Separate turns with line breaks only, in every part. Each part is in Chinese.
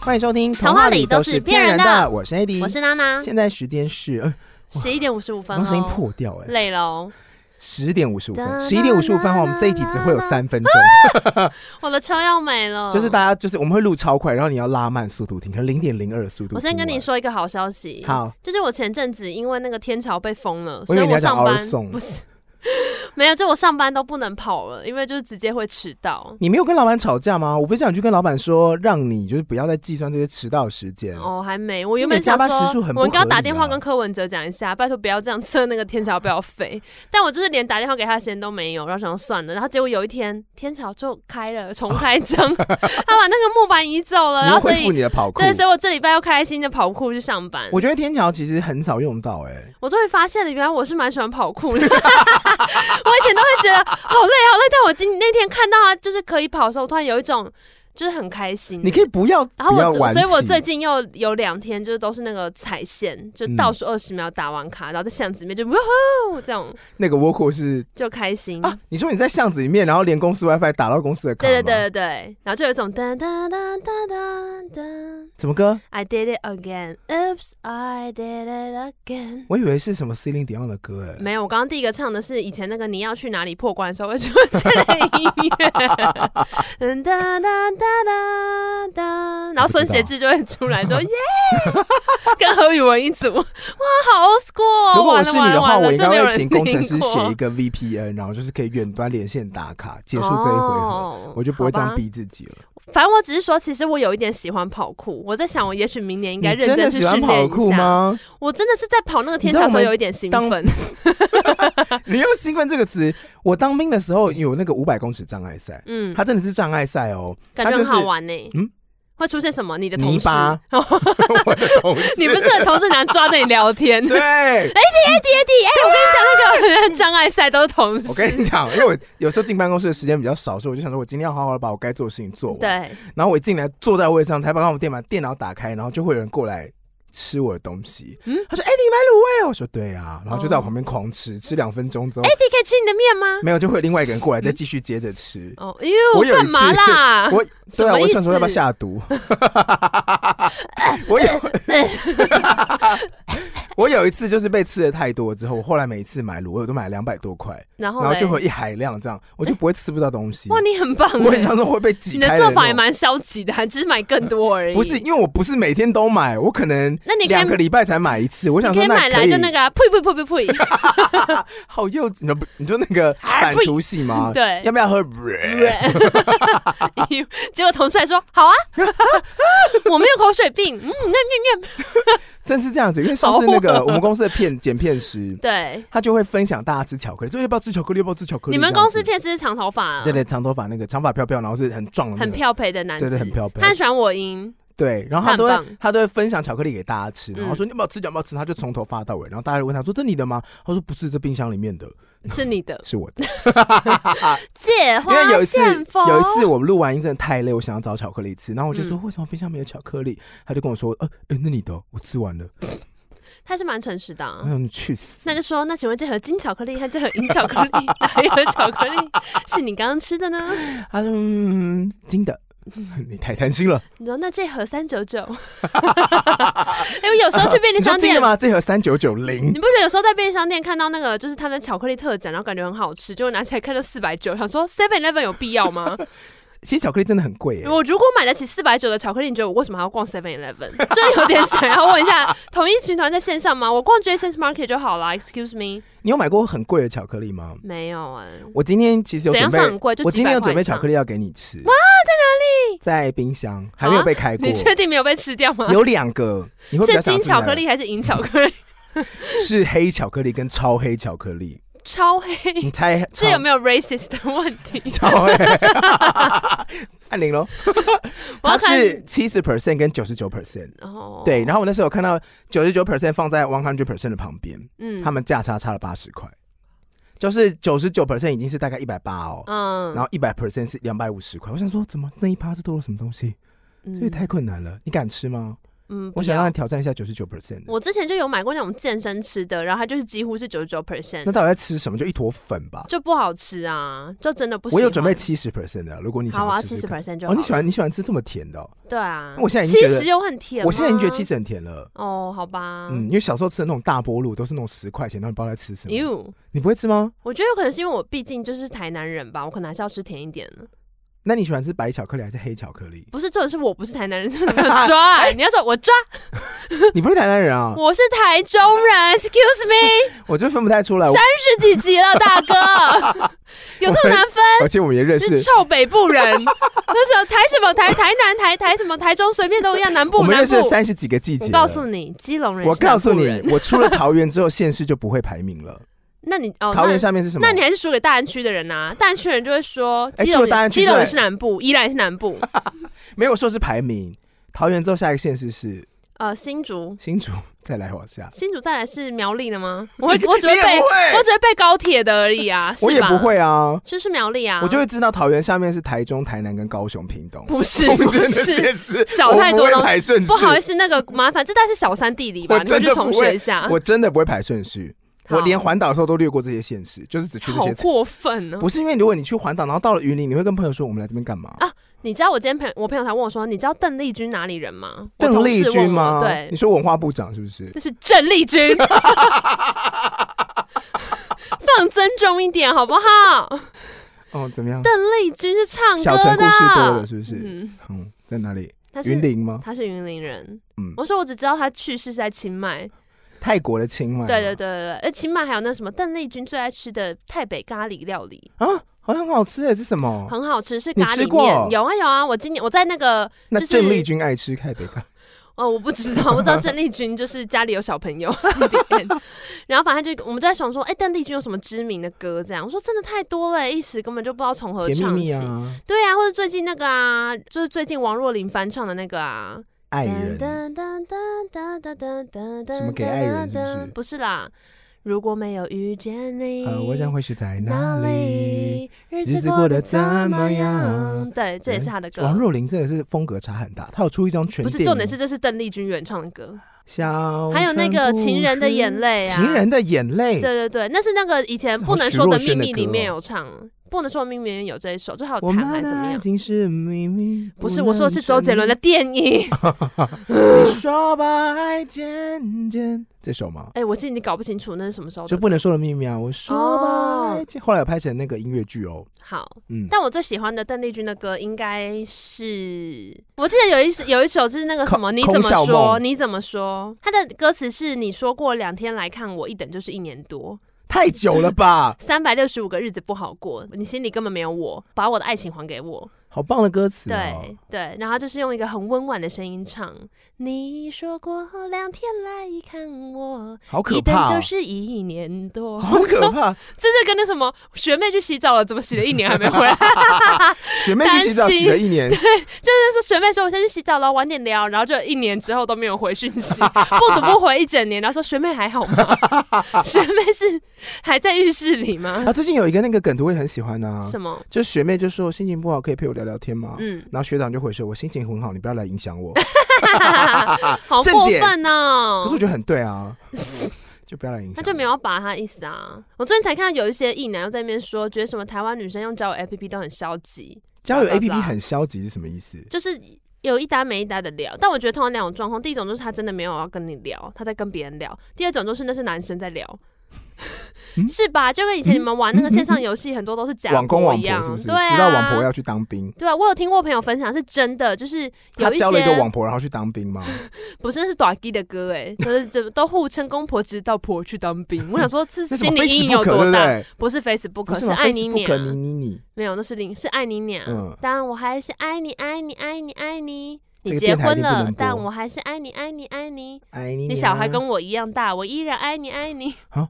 欢迎收听《
童话里都是骗人的
我是 AD，
我是娜娜，
现在时间是，呃
十一点五十五分
刚刚
哦，
声音破掉哎、
累了哦，
十点五十五
哒哒
分，
哒
十一点五十五分的哦话，我们这一集只会有三分钟，
我的车要没了。
就是大家就是我们会录超快，然后你要拉慢速度听，可能零点零二速度。啊
我先跟你，说一个好消息，
好，
就是我前阵子因为那个天桥被封了，
我
所
以
以
为你要
我
讲
上
our
班
song，
不是没有，就我上班都不能跑了，因为就是直接会迟到。
你没有跟老板吵架吗？我不是想去跟老板说，让你就是不要再计算这些迟到时间。
哦，还没。我
你
原
的
本想
加班时数
说
很，不
我刚
合理
打电话
啊
跟柯文哲讲一下，拜托不要这样测那个天桥不要飞。但我就是连打电话给他的时间都没有，然后想说算了。然后结果有一天天桥就开了，重开 张，他把那个木板移走了，
你
然后
又
所
恢复
以
你的跑酷。
对，所以我这礼拜又开心的跑酷去上班。
我觉得天桥其实很少用到哎、
我终于发现了，原来我是蛮喜欢跑酷的。我以 前都会觉得好累好累，但我今那天看到他就是可以跑的时候，我突然有一种就是很开心。
你可以不要，
然后
不要
我
晚
最，所以我
起
最近又有两天就是都是那个踩线，就
嗯
倒数二十秒打完卡，然后在巷子里面就哇吼这种
那个 work 是
就开心。
啊，你说你在巷子里面，然后连公司 WiFi 打到公司的卡，
嗯对对，对对对，然后就有一种哒哒哒哒哒哒
怎么歌？
，I did it again, oops, I did it again。
我以为是什么 Celine Dion 的歌哎、
没有，我刚刚第一个唱的是以前那个你要去哪里破关的时候会出现的音乐，嗯哒哒哒哒哒，然后孙协志就会出来说耶，跟何宇文一组，哇，好 old school 哦。
如果我
完了
是你的话，
完了
我应该
完了
会请工程师写一
这
个 VPN，然后就是可以远端连线打卡，结
没有人
束
听过
这一回合，
哦
我就不会这
好
样
吧
逼自己了。
反正我只是说，其实我有一点喜欢跑酷，我在想，我也许明年应该
你
认
真的
去
喜欢
训练
跑
一
酷
下？
吗？
我真的是在跑那个
你
天
知道
桥的时候
我们
有一点兴
当
奋，
你用“兴奋”这个词，我当兵的时候有那个五百公尺障碍赛，
嗯，
它真的是障碍赛哦，
感觉
他就
很
是
好玩呢。
嗯
嗯，会出现什么？你的同
泥
事
巴。 我的同事，
你不是很同事男抓着你聊 天，
对，啊
爹地，哎、我跟你讲，那个 障碍赛都是同事。
我跟你讲，因为我有时候进办公室的时间比较少，所以我就想说，我今天要好好的把我该做的事情做完。
对，
然后我一进来坐在位上，才把我电脑电脑打开，然后就会有人过来吃我的东西。
嗯
他说：“哎、你买卤味哦？”我说：“对啊。”然后就在我
哦
旁边狂吃，吃两分钟之后，
哎、嗯你可以吃你的面吗？
没有就会有另外一个人过来再继续接着吃。
哦，哎呦
嗯我有一次
干嘛啦？
我对
什
啊，
么意
我
思
想说要不要下 毒？我有， 我有一次就是被吃的太多之后，我后来每一次买卤味我都买两百多块，
然后
然后就
嘞
会一海量这样，我就不会吃不到东西。
哇，你很棒哎，
我很想说会被挤
你
开
的
那
做法也
种
蛮消极的，还只是买更多而已。
不是，因为我不是每天都买，我可能
那你可以
两个礼拜才买一次。我
你
想
可
说
以
那
买来就那个啊呸呸呸 呸呸，
好幼稚，你说不你说那个反刍系吗？
哎 对
要。不要喝？
对结果同事还说好啊， 我没有口水病。嗯，
真是这样子，因为上次那个我们公司的片剪片师，
对，
他就会分享大家吃巧克力，说要不要吃巧克力，要不要吃巧克力。
你们
这样
公
子
司骗是长头发、啊，
对对，长头发那个长发飘飘，然后是很壮的那
很
个，
漂培的男子，
对对，很飘飘
他。很喜欢我赢，
对，然后他都
他很
会
棒
他都会分享巧克力给大家吃，然后
嗯
说你要不要吃，要不要吃，他就从头发到尾，然后大家就问他说这你的吗？他说不是，这冰箱里面的，
是你的。
是我的。
借
因为有
花
一次，
献佛。
有一次我们录完音真的太累，我想要找巧克力吃，然后我就说、
嗯
为什么冰箱没有巧克力？他就跟我说，呃，呃那你的哦我吃完了，
他是蛮诚实的、
我
啊。
想你去死。
那就说，那请问这盒金巧克力和这盒银巧克力，哪一盒巧克力是你刚刚吃的呢？
他说，嗯，金 的，你太贪心了。
你说那这盒三九 九，因为有时候去便利
你说
商
金的
店，
吗？这盒三九九零
你，不觉得有时候在便利商店看到那个就是他们的巧克力特展，然后感觉很好吃，结果拿起来看到四百九，想说 Seven Eleven 有必 要吗？
其实巧克力真的很贵耶。
我如果买得起四百九的巧克力，你觉得我为什么还要逛 Seven Eleven？就有点想要问一下，同一集团在线上吗？我逛 Jason's Market 就好啦 Excuse me，
你有买过很贵的巧克力吗？
没有哎、
我今天其实有准
怎样
备
算，很贵？就
我今天有
几百
准备
块以
巧
上
克力要给你吃。哇，在哪里？在冰箱，还没有被开过
啊你。确定没有被吃掉吗？
有两个，你会比较
是
想
金
吃哪
巧
个
克力还是银巧 克力？
是黑巧克力跟超黑巧克力，
超黑，
你 猜
这
超
有没有 racist 的问 题？
超哎、按铃喽，
我要
它
看
是七十 percent 跟九十九 percent。
哦，
对，，然后我那时候有看到九十九 percent 放在 one hundred percent 的旁边，
嗯
他们价差差了八十块，就是九十九 percent 已经是大概一百八哦，
嗯
然后一百 percent 是两百五十块。我想说，怎么那一趴是多了什么东西？这也
嗯
太困难了，你敢吃吗？
嗯，
我
不
想
要
让你挑战一下九十九 percent 的。
我之前就有买过那种健身吃的，然后它就是几乎是九十九
那
percent，
到底在吃什么？就一坨粉吧。
就不好吃啊，就真的不喜
我
欢。
有准备七十 percent 的，啊如果你
好，
想
我要
要
七
试
十
试看。
percent 就好
哦，
了。
你喜欢你喜欢吃这么甜的哦？
对啊，
我现在已
七
经觉得
十有很甜吗，
我现在已经觉得七十很甜了。
哦，好吧，
嗯，因为小时候吃的那种大波露都是那种十块钱，然后你不知道在吃什么。
哟，
你不会吃吗？
我觉得有可能是因为我毕竟就是台南人吧，我可能还是要吃甜一点的。？
那你喜欢吃白巧克力还是黑巧克力
不是，重点是我不是台南人，怎么抓、啊？你要说我抓，
你不是台南人啊，
我是台中人，excuse me，
我就分不太出来。我
是几级了，大哥？有这么难分？
而且我们也认识
是，臭北部人，那时候台什么台台南台台什么台中随便都一样，南部
我们
南
认识
部。
三十几个季节
我
了。
告诉你，基隆人，
我告诉你，，我出了桃园之后，县市就不会排名了。
那你哦，
桃
那
园下面是什么？
那你还是输给大安区的人呐、啊，大安区人就会说，
哎
基
除
隆
了大安
人，
区
基
之外
隆人是南部，宜兰是南部，
没有说是排名。桃园之后，下一个县市是
呃，新竹，
新竹，再来往下。
新竹再来是苗栗的吗？我会我只
你
会
也
背
不，
我
会，
只会背高铁的而已啊，是吧
我也不，会啊，
就是苗栗啊，
我就会知道桃园下面是台中、台南跟高雄、屏东。
不是
我们
不
真的
是，
县市，
少太多
我
了
不会排顺序。
不好意思，那个麻烦，这大概是小三地理吧，
我
你们
真
去
的
重
不
学
会
一下，
我真的不会排顺序，
啊好
我连环岛的时候都略过这些县市，就是只去这
好
些。
过分哦、
不是因为如果你去环岛，然后到了云林，你会跟朋友说我们来这边干嘛？
啊你知道我今天朋友我朋友才问我说，你知道邓丽君哪里人吗？我
邓
同
丽
事
君
问我
吗？
对
你，说文化部长是不是？
那是郑 丽君。放尊重一点好不好？
哦，怎么样？
邓丽君是唱歌的，
小城故事多了是不是？
嗯，
嗯，在哪里？
他是
云林吗？
他是云林人。
嗯
我说我只知道他去世是在清迈。
泰国的清迈吗？
对对对对对，而清迈还有那什么邓丽君最爱吃的泰北咖喱料理，
啊，好像很好吃诶，是什么？
很好吃，是
哦你
咖
吃
喱
过
面。有啊有啊，我今年我在那个
那
就是
郑丽君 爱吃泰北咖，
哦，我不知道，我知道郑丽君就是家里有小朋友， 然后反正就我们就在想说，哎、邓丽君有什么知名的歌？这样我说真的太多了，一时根本就不知道从何
甜
唱
蜜蜜
起。
啊，
对啊，或者最近那个啊，就是最近王若琳翻唱的那个啊，
爱人，
噔噔噔噔噔噔噔噔
什么给爱人是不是
不是啦，如果没有遇见你，
呃，我想。会是在
哪
哪里？
里？日
日
子
子
过
过
得
得
怎
怎
么
么
样
样？
对，这也是他的歌。
王若琳真的是风格差很大，她有出一张全
不
电影，
是重点是，这是邓丽君原唱的歌。
小，
还有那个情人的眼、泪啊，
情人的眼泪，
对对对，那是那个以前
是
不
好
能
徐
说
若
的秘
瑄的
密里
歌
面
哦
有唱，不能说的秘密里面有这一首，就还有
我
谈还
们
怎
的
么
爱
样？
情是秘密，
不是，我说的是周杰伦的电影。
能成你说吧，爱渐渐这首吗？
哎，我现在已经搞不清楚那是什么时候
就
的。
不能说的秘密啊！我说吧，
哦
爱渐后来有拍成那个音乐剧哦，
好，
嗯，
但我最喜欢的邓丽君的歌应该是，我记得有一首有一首是那个什
空
么，你怎么
空笑
说？
梦
你怎么说？它的歌词是你说过两天来看我，一等就是一年多，
太久了吧，
三百六十五个日子不好过，你心里根本没有我，把我的爱情还给我。
好棒的歌词、哦，
对对，然后就是用一个很温婉的声音唱。你说过两天来看我，
好可
一等
怕、
就
哦，
是一年多。
好可怕！
这是跟那什么学妹去洗澡了，怎么洗了一年还没回来？
学妹去洗澡
担心
洗了一年，
就是说学妹说我先去洗澡了，晚点聊，然后就一年之后都没有回讯息， 不读不回一整年，然后说学妹还好吗？ 学妹是还在浴室里吗？
啊，最近有一个那个梗图我也很喜欢啊，
什么？
就学妹就说我心情不好，可以陪我聊聊天吗？
嗯， 哦
然后学长就回说：“我心情很好，你不要来影响我。
好
郑
过
姐
分”哦！
可是我觉得很对 啊，就不要来影响。
他就没有。要把他意思啊。我最近才看到有一些异男又在那边说，觉得什么台湾女生用交友 APP 都很消极，
交友
blah, blah,
A P P
blah
很消极是什么意思？
就是有一搭没一搭的聊。但我觉得通常两种状况，第一种就是他真的没有要跟你聊，他在跟别人聊；第二种就是那是男生在聊。
嗯
是吧？就跟以前你们玩那个线上游戏，很多都是假
网公
博
网
一样，
婆是不是？
对啊，
知道网婆要去当兵，
对啊，我有听过朋友分享，是真的，就是
他
有一些
交了一个网婆，然后去当兵 吗？
不是那是短 G 的歌，哎， 就是怎么都互称公婆知道婆去当 兵。我想说，这
那什
心
么
理
非
阴
死
影
不
有
可，对
多
不
大？
对？
不是 Facebook，
不
是
吗？
爱
非
你
死不
娘，
可，你你你，
没有，那是另是爱你娘。
嗯
但我还是爱你，爱你，爱你，爱你。
这
你
个
结
电台一
婚
定不能
了，但
播
我还是爱你，爱你，爱你。
爱你。
你小孩跟我一样大，我依然爱你，爱你。
啊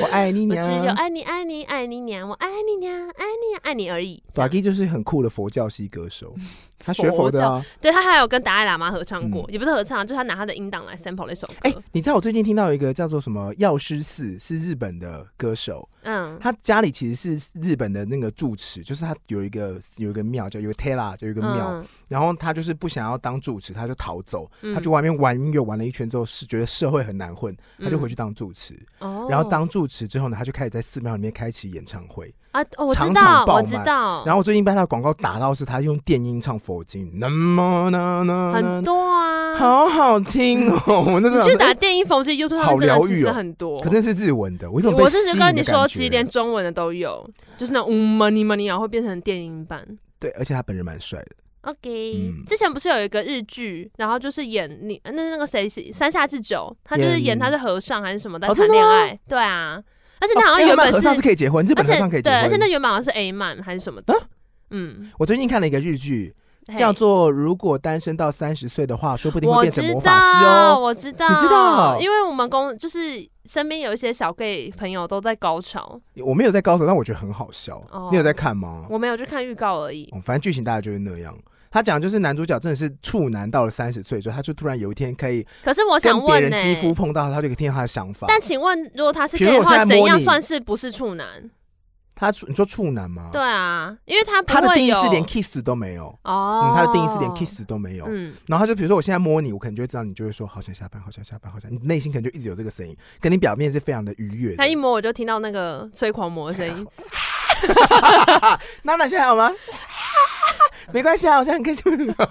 我爱你
我只有
娘。
爱你爱你爱你娘，我爱你娘爱你娘爱你而已。
法基就是很酷的佛教系歌手，他学佛的啊。
对他还有跟达赖喇嘛合唱过，也不是合唱，就是他拿他的音档来 sample 了一首歌。
嗯哎、你知道我最近听到一个叫做什么药师寺，是日本的歌手，
嗯，
他家里其实是日本的那个住持，就是他有一个有一个庙叫有个 Tela，就有一个庙，
嗯
然后他就是不想要当住持，他就逃走，
嗯
他去外面玩音乐玩了一圈之后，是觉得社会很难混，他就
嗯
回去当住持。
哦
然后当住持之后呢，他就开始在寺庙里面开启演唱会。
啊，哦我知
场
道
场，爆
我
满
知道，
然后我最近被他的广告打到是他用电音唱佛经，那么那那
很
那，
多啊。
好好听哦！我那时
你
候
去
想说
打
哎
电音缝隙 YouTube 上
好
面真
疗
的
愈
其实
哦
很多。
可真是日文的，我一种被
我
吸
是
引
觉
的
得跟你说，
感
其实
觉
连中文的都有，就是那种 money money 然后变成电音版。
对，而且他本人蛮帅的，
OK，、
嗯
之前不是有一个日剧，然后就是演你那那个谁是山下智久，他就是演
演
他是和尚还是什么在
哦真
谈
的
恋
吗
爱、对啊，而且他好
哦
像
因为
原
他们
本
和尚是可以结婚，日
而
本和尚可
且
以结
对，
婚。
而且那原本好像是 A 漫还是什么的，嗯，
我最近看了一个日剧，
嘿
叫做《如果单身到三十岁的话，说不定会
我
变
知
成魔法师
道，
哦》。
我知道，
你知道
因为我们公就是身边有一些小 gay 朋友都在高潮，
我没有在高手，但我觉得很好笑。
哦
你有在看吗？
我没有去看预告而已，
哦，反正剧情大概就是那样。他讲就是男主角真的是处男到了三十岁之后，他就突然有一天可以
可是我
跟
想
别
问呢、欸
人肌肤碰到，他就可以听到他的想法。
但请问，如果他是
比
gay
如
的
我现
话，
在
怎
摸
样
你
算是不是处男？
他处你说处男吗？
对，啊，因为他不
他的
会
定义
有
是连 kiss 都没有。嗯，，
哦
他的定义是连 kiss 都没有。
嗯，
然后他就比如说我现在摸你，我可能就会知道你就会说好想下班，好想下班，好想。你内心可能就一直有这个声音，跟你表面是非常的愉悦的。
他一摸我就听到那个吹狂魔的 声音，
娜娜现在好吗？ 没关系啊，我现在很开心。哎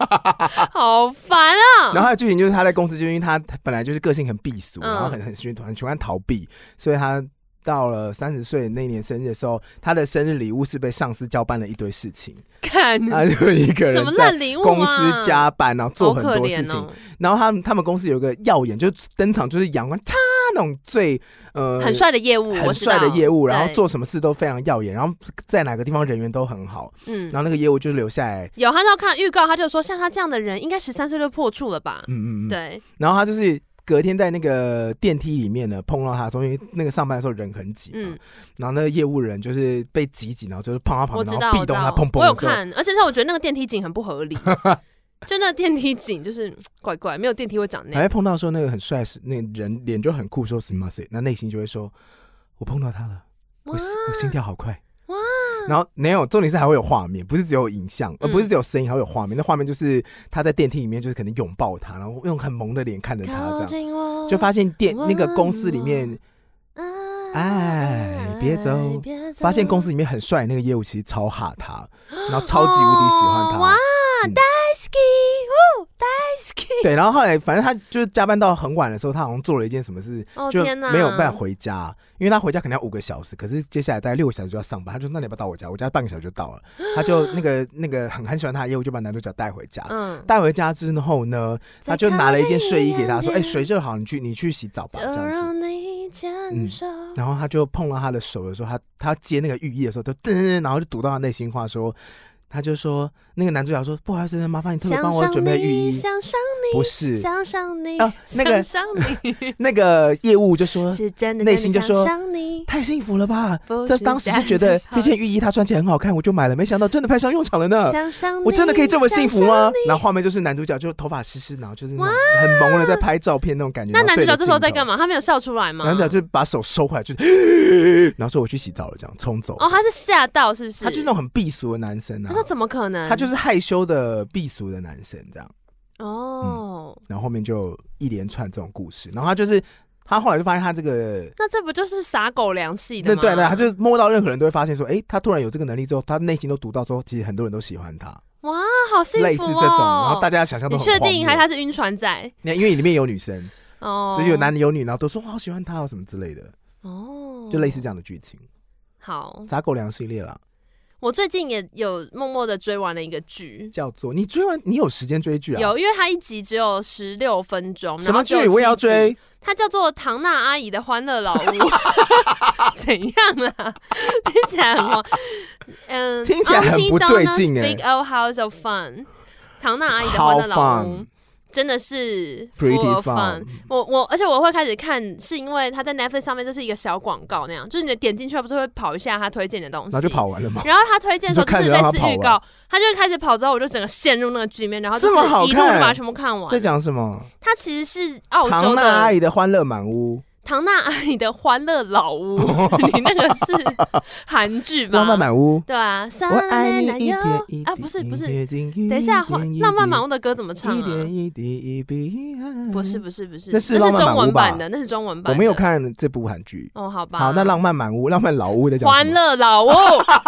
好烦啊！
然后他的剧情就是他在公司，就因为他本来就是个性很避俗，
嗯
然后很很喜欢喜欢逃避，所以他到了三十岁那一年生日的时候，他的生日礼物是被上司交办了一堆事情，
看
他就一个
嗯什么
人在
烂礼物啊，
公司加班，然后做
好
很
可
多事
怜
情。
哦，
然后他们他们公司有一个耀眼，就是登场就是阳光，嚓那种最呃
很。帅的业务，
很帅的业
务，
务，然后
对
做什么事都非常耀眼，然后在哪个地方人缘都很好，
嗯
然。后那个业务就留下来，
有看到看预告，他就说像他这样的人，应该十三岁就破处了吧？
嗯嗯嗯，
对，
然后他就是隔天在那个电梯里面呢碰到他，所以那个上班的时候人很挤嘛，
嗯，
然后那个业务人就是被挤挤，然后就是碰到旁
我
边，然
知道，
后
我
壁
知
咚他
道，
碰碰
我有
的时候，
看，而且是我觉得那个电梯景很不合理， 就那个电梯景就是嗯怪怪，没有电梯会长那
还
样。
会碰到说那个很帅是那个人脸就很酷说 s m a s 那内心就会说我碰到他了，我心我心跳好快。
哇！
然后没有，重点是还会有画面，不是只有影像，
嗯
而不是只有声音，还会有画面。那画面就是他在电梯里面，就是可能拥抱他，然后用很萌的脸看着他，这
靠
样
近我，
就发现电那个公司里
哇
面，哎
哎，
别走
别走
发现公司里面很帅的那个业务其实超哈 他，然后超级无敌喜欢他。
哦哇
嗯，
大好き，哦，大好き。
对，然后后来反正他就是加班到很晚的时候，他好像做了一件什么事，
哦
就
天哪，
没有办法。回家，因为他回家可能要五个小时，可是接下来大概六个小时就要上班，他就说那你要不要到我家？我家半个小时就 到了，他就那个那个很很喜欢他的业务就把男主角带回家。
嗯，
带回家之后呢，他就拿了一件睡衣给他，说：“哎、水热好，你去你去洗澡吧。”这
就
样子。嗯
让你牵手。
然后他就碰到他的手的时候，他他接那个浴衣的时候，他噔噔噔，然后就读到他内心话说，他就说那个男主角说：“不好意思，麻烦你特别
想
帮我
上
准备浴
你，
衣。
想上”
不是
你，想上你
啊，那个
想上你
那个业务就 说
是真的，
内心就说
真的想上你。
太幸福了吧！
不
这当时是觉得这件浴衣它穿起来很好看，我就买了，没想到真的派上用场了呢。
想上你
我真的可以这么幸福？
想
吗哦
上？你
然后画面就是男主角就头发湿湿，然后就是那种很萌的在拍照片那种感觉。
那男主角这时候在
嘛？
干嘛？他没有笑出来吗？
男主角就把手收回来，就是 然后说我去洗澡了，这样冲走。
哦，他是吓到是不是？
他就是那种很避俗的男生啊
他，说怎么可能？
他就是害羞的避俗的男生这样。
哦，
然后后面就一连串这种故事，然后他就是他后来就发现他这个。
那这不就是撒狗粮系的
那
吗？
对对，啊他就摸到任何人都会发现说，哎、他突然有这个能力之后，他内心都读到之后，其实很多人都喜欢他，
哇，好幸福哦！
类似这种，然后大家想象
你
都很
确定还是
还
他是晕船仔？
因为里面有女生，
哦，
就是有男的有女，然后都说哇好喜欢他哦什么之类的，
哦，
就类似这样的剧情，
好，
撒狗粮系列啦，
我最近也有默默的追完了一个剧。
叫做你追完你有时间追剧啊？
有，因为它一集只有十六分钟，
什么剧
然后只有
我也要
七集
追，
它叫做《唐娜阿姨的欢乐老屋》，怎样啊？听起来很荒，嗯，
听起来很不对劲
Auntie
欸
Donna's Big Old House of Fun，唐娜阿姨的欢
好
乐老屋
fun，
真的是
Pretty
for fun。我我而且我会开始看，是因为它在 Netflix 上面就是一个小广告那样，就是你的点进去，它不是会跑一下它推荐的东西，
然后就跑完了 嘛。
然后他推荐的时候
你就
就
看
是
着
类
让他
似
跑
预
完
告，他就开始跑之后，我就整个陷入那个局面，然后就
这么好
是一路
看
把它全部看完
在。讲什么？
它其实是澳洲
唐娜阿
的
姨的《欢乐满屋
唐娜阿姨的《欢乐老 屋》，你那个是韩剧》
《浪漫
吧？
满屋》，
对啊，三
我爱你
奶
一
油
点一滴
啊，不是不是，
一点一滴
等一下，
一点一
《浪漫满屋
滴》
的歌怎么唱
一
啊
点？一滴一滴，
不是不是不是，
那是
是
浪漫
中
满屋
文版
吧
的，那是中文版。
我没有。看这部韩剧。
哦，好吧。
好，那《浪漫满屋》《浪漫老屋》在讲什
欢
么？
乐老 屋，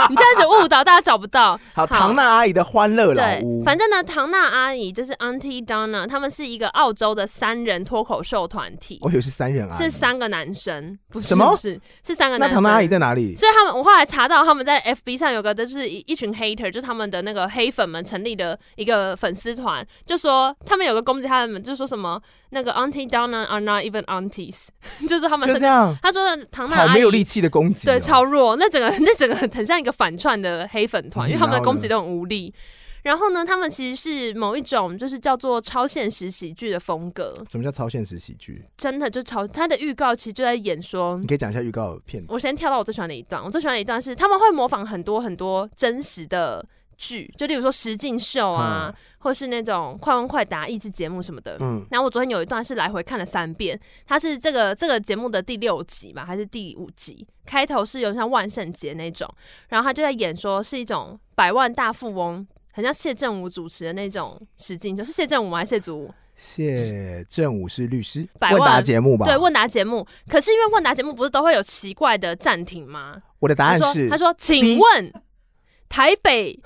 你这样子误导大家找不到。
好，
好
唐娜阿姨的《欢乐老
对
屋，》。
反正呢，唐娜阿姨就是 Auntie Donna，他们是一个澳洲的三人脱口秀团体，
我以为是三人啊。
是三个男生，不是
什么
不是是三个
那
男
唐娜阿姨
生。
在哪里？
所以他们，我后来查到他们在 FB 上有个，就是一一群 hater，就是他们的那个黑粉们成立的一个粉丝团，就说他们有个攻击他们，就说什么那个 Auntie Donna are not even aunties，就是 他们
就是这样，
他说唐娜
好
阿
没有
姨
力气的攻击哦。
对，超弱。那整个 那整个很像一个反串的黑粉团，因为他们
然
的
后
攻
呢
击都很无力。然后呢，他们其实是某一种就是叫做超现实喜剧的风格，
什么叫超现实喜剧？
真的就超。他的预告其实就在演说
你。可以讲一下预告片段。
我先跳到我最喜欢的一段，我最喜欢的一段是他们会模仿很多很多真实的剧，就例如说实境秀啊，
嗯
或是那种快问快答益智节目什么的。
嗯，
然后我昨天有一段是来回看了三遍，它是这个这个节目的第六集吧，还是第五集？开头是有点像万圣节那种，然后他就在演说是一种百万大富翁，很像谢振武主持的那种实境秀，是谢振武吗？还是谢祖武？
谢振武是律师，
百
问答
万
节目吧？
对，问答节目。可是因为问答节目不是都会有奇怪的暂停吗？
我的答
他
案
说
是
他说，请问台北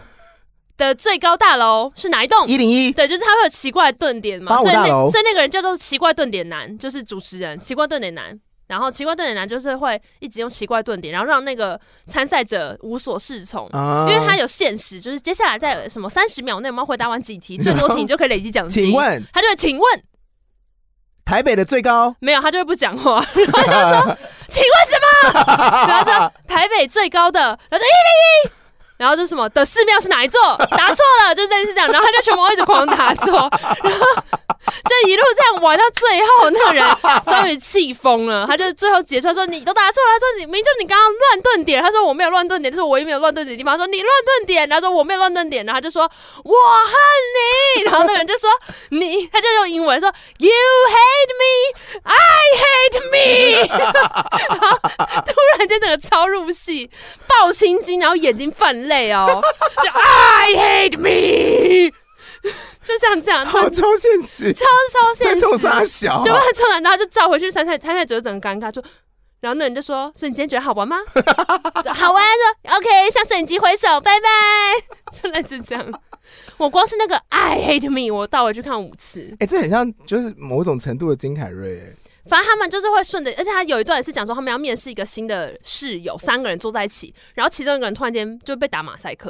的最高大楼是哪一栋？
一零一。
对，就是他会有奇怪的顿点嘛，
八五
所以
大
那
楼
所以那个人叫做奇怪顿点男，就是主持人奇怪顿点男。然后奇怪顿点男就是会一直用奇怪顿点，然后让那个参赛者无所适从，
啊
因为他有限时，就是接下来在什么三十秒内我们要回答完几题，最多题你就可以累积奖金。
请问
他就会请问
台北的最高？
没有，他就会不讲话，然后他就说请问什么？然后他说台北最高的，然后就一零一，然后就什么的寺庙是哪一座？答错了，就类似这样，然后他就全部一直狂答错，然后就一路 这样玩到最后，那个人终于气疯了，他就最后结束说你都答错了，他说你明明就你刚刚乱顿点，他说我没有乱顿点，这是我唯一没有乱顿点的地方，他说你乱顿点，然后说我没有乱顿点，然后他就说我恨你，然后那个人就说你，他就用英文说 you hate me。hate me，然后突然间整个超入戏，爆青筋，然后眼睛泛泪哦，就 I hate me，就像这 样，
好
超
超现实，
超现
在
实，
冲啥
就
小啊？
把他冲然后就照回去，参赛参赛者就整个尴尬，就。然后那人就说：“所以你今天觉得好玩吗？” 就好玩，说 OK，向摄影机挥手，拜拜， 就类似这样。我光是那个 I hate me，我倒回去看五次。
哎、这很像就是某种程度的金凯瑞、欸，
反正他们就是会顺着，而且他有一段也是讲说他们要面试一个新的室友，三个人坐在一起，然后其中一个人突然间就被打马赛克。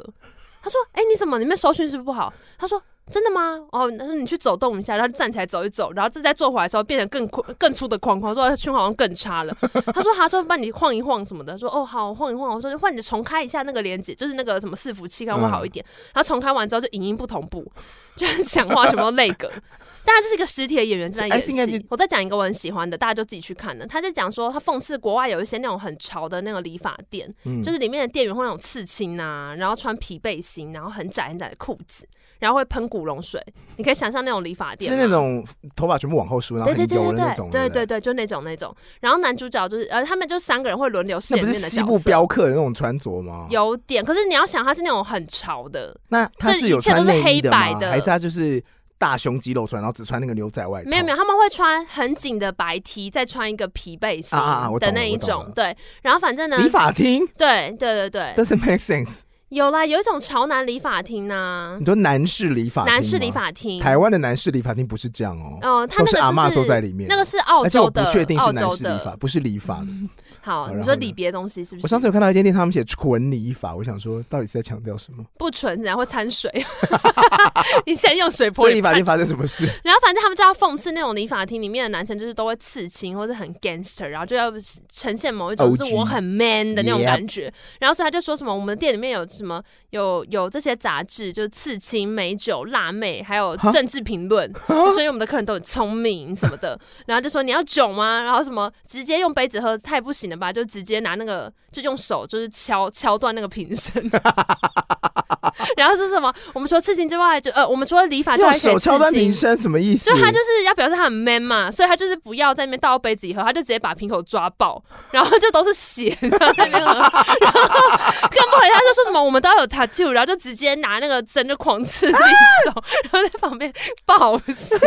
他说：“哎、你怎么你们搜讯是不是不好？”他说：“真的吗？哦，他说你去走动一下，然后站起来走一走，然后这再坐回来的时候变得更宽更粗的框框，说哎胸好像更差了。”他说：“他说帮你晃一晃什么的，说哦好晃一晃。”我说：“换你重开一下那个连接，就是那个什么伺服器，看会不会好一点。然后重开完之后就影音不同步，就是讲话全部都内 梗。大家就是一个实体的演员正在
哎
演
是应该是
戏。我再讲一个我很喜欢的，大家就自己去看了。他就讲说，他讽刺国外有一些那种很潮的那个理发店，
嗯，
就是里面的店员会那种刺青啊，然后穿皮背心，然后很窄很窄的裤子，然后会喷古龙水。你可以想象那种理发店
是
吗
那种头发全部往后梳，然后
啊对
很
对对
油的
对
那种，
对对
不
对对，就那种那种。然后男主角就是呃，他们就三个人会轮流饰
那
演
不
里
是
面的
西
角
部
色。
镖客的那种穿着吗？，
有点，可是你要想，他是那种很潮的，
那他
所以
有
一切都
穿
是
内衣吗？
黑白的
还是他就是大胸肌露出来，然后只穿那个牛仔外套？
没有没有，他们会穿很紧的白 T，再穿一个皮背心
啊啊啊我懂
的
了
那一
我懂
种
了，
对。然后反正呢，
理发厅
对对对对，
doesn't make sense。
有啦，有一种潮男理发厅呐
你，说男士理发，
男士理，发厅，
台湾的男士理发厅不是这样哦，
嗯，他
都
那
是阿
个
嬷
就
坐
是
在里面，
那个是澳
而且我不
洲的，
确定
澳
是男
洲
士理发，
的。
不是理发的。
好，
然
你
后
说
呢
里别东西是不是？
我上次有看到一间店，他们写纯理发，我想说到底是在强调什么？
不纯，然后会 掺水，你现在用水泼
所以
你
理发
看
店发生什么事？
然后反正他们就要讽刺那种理发厅里面的男生，就是都会刺青或者很 gangster，然后就要呈现某一种
OG
就是我很 man 的那种
Yep
感觉。然后所以他就说什么我们店里面有什么有有这些杂志，就是刺青、美酒、辣妹，还有
哈
政治评论，所以我们的客人都很聪明什么的。然后就说你要酒吗？然后什么直接用杯子喝太不行了吧？就直接拿那个就用手就是敲敲断那个瓶身。 然后是什么？我们除了刺青之外，就呃，我们除了理发之外，
用手敲断瓶身什么意思？
就他就是要表示他很 man 嘛，所以他就是不要在那边倒杯子里喝，他就直接把瓶口抓爆， 然后就都是血然后在那边喝， 然后更不回他就说什么我们都要有 tattoo，然后就直接拿那个针就狂刺自己手， 然后在旁边爆血，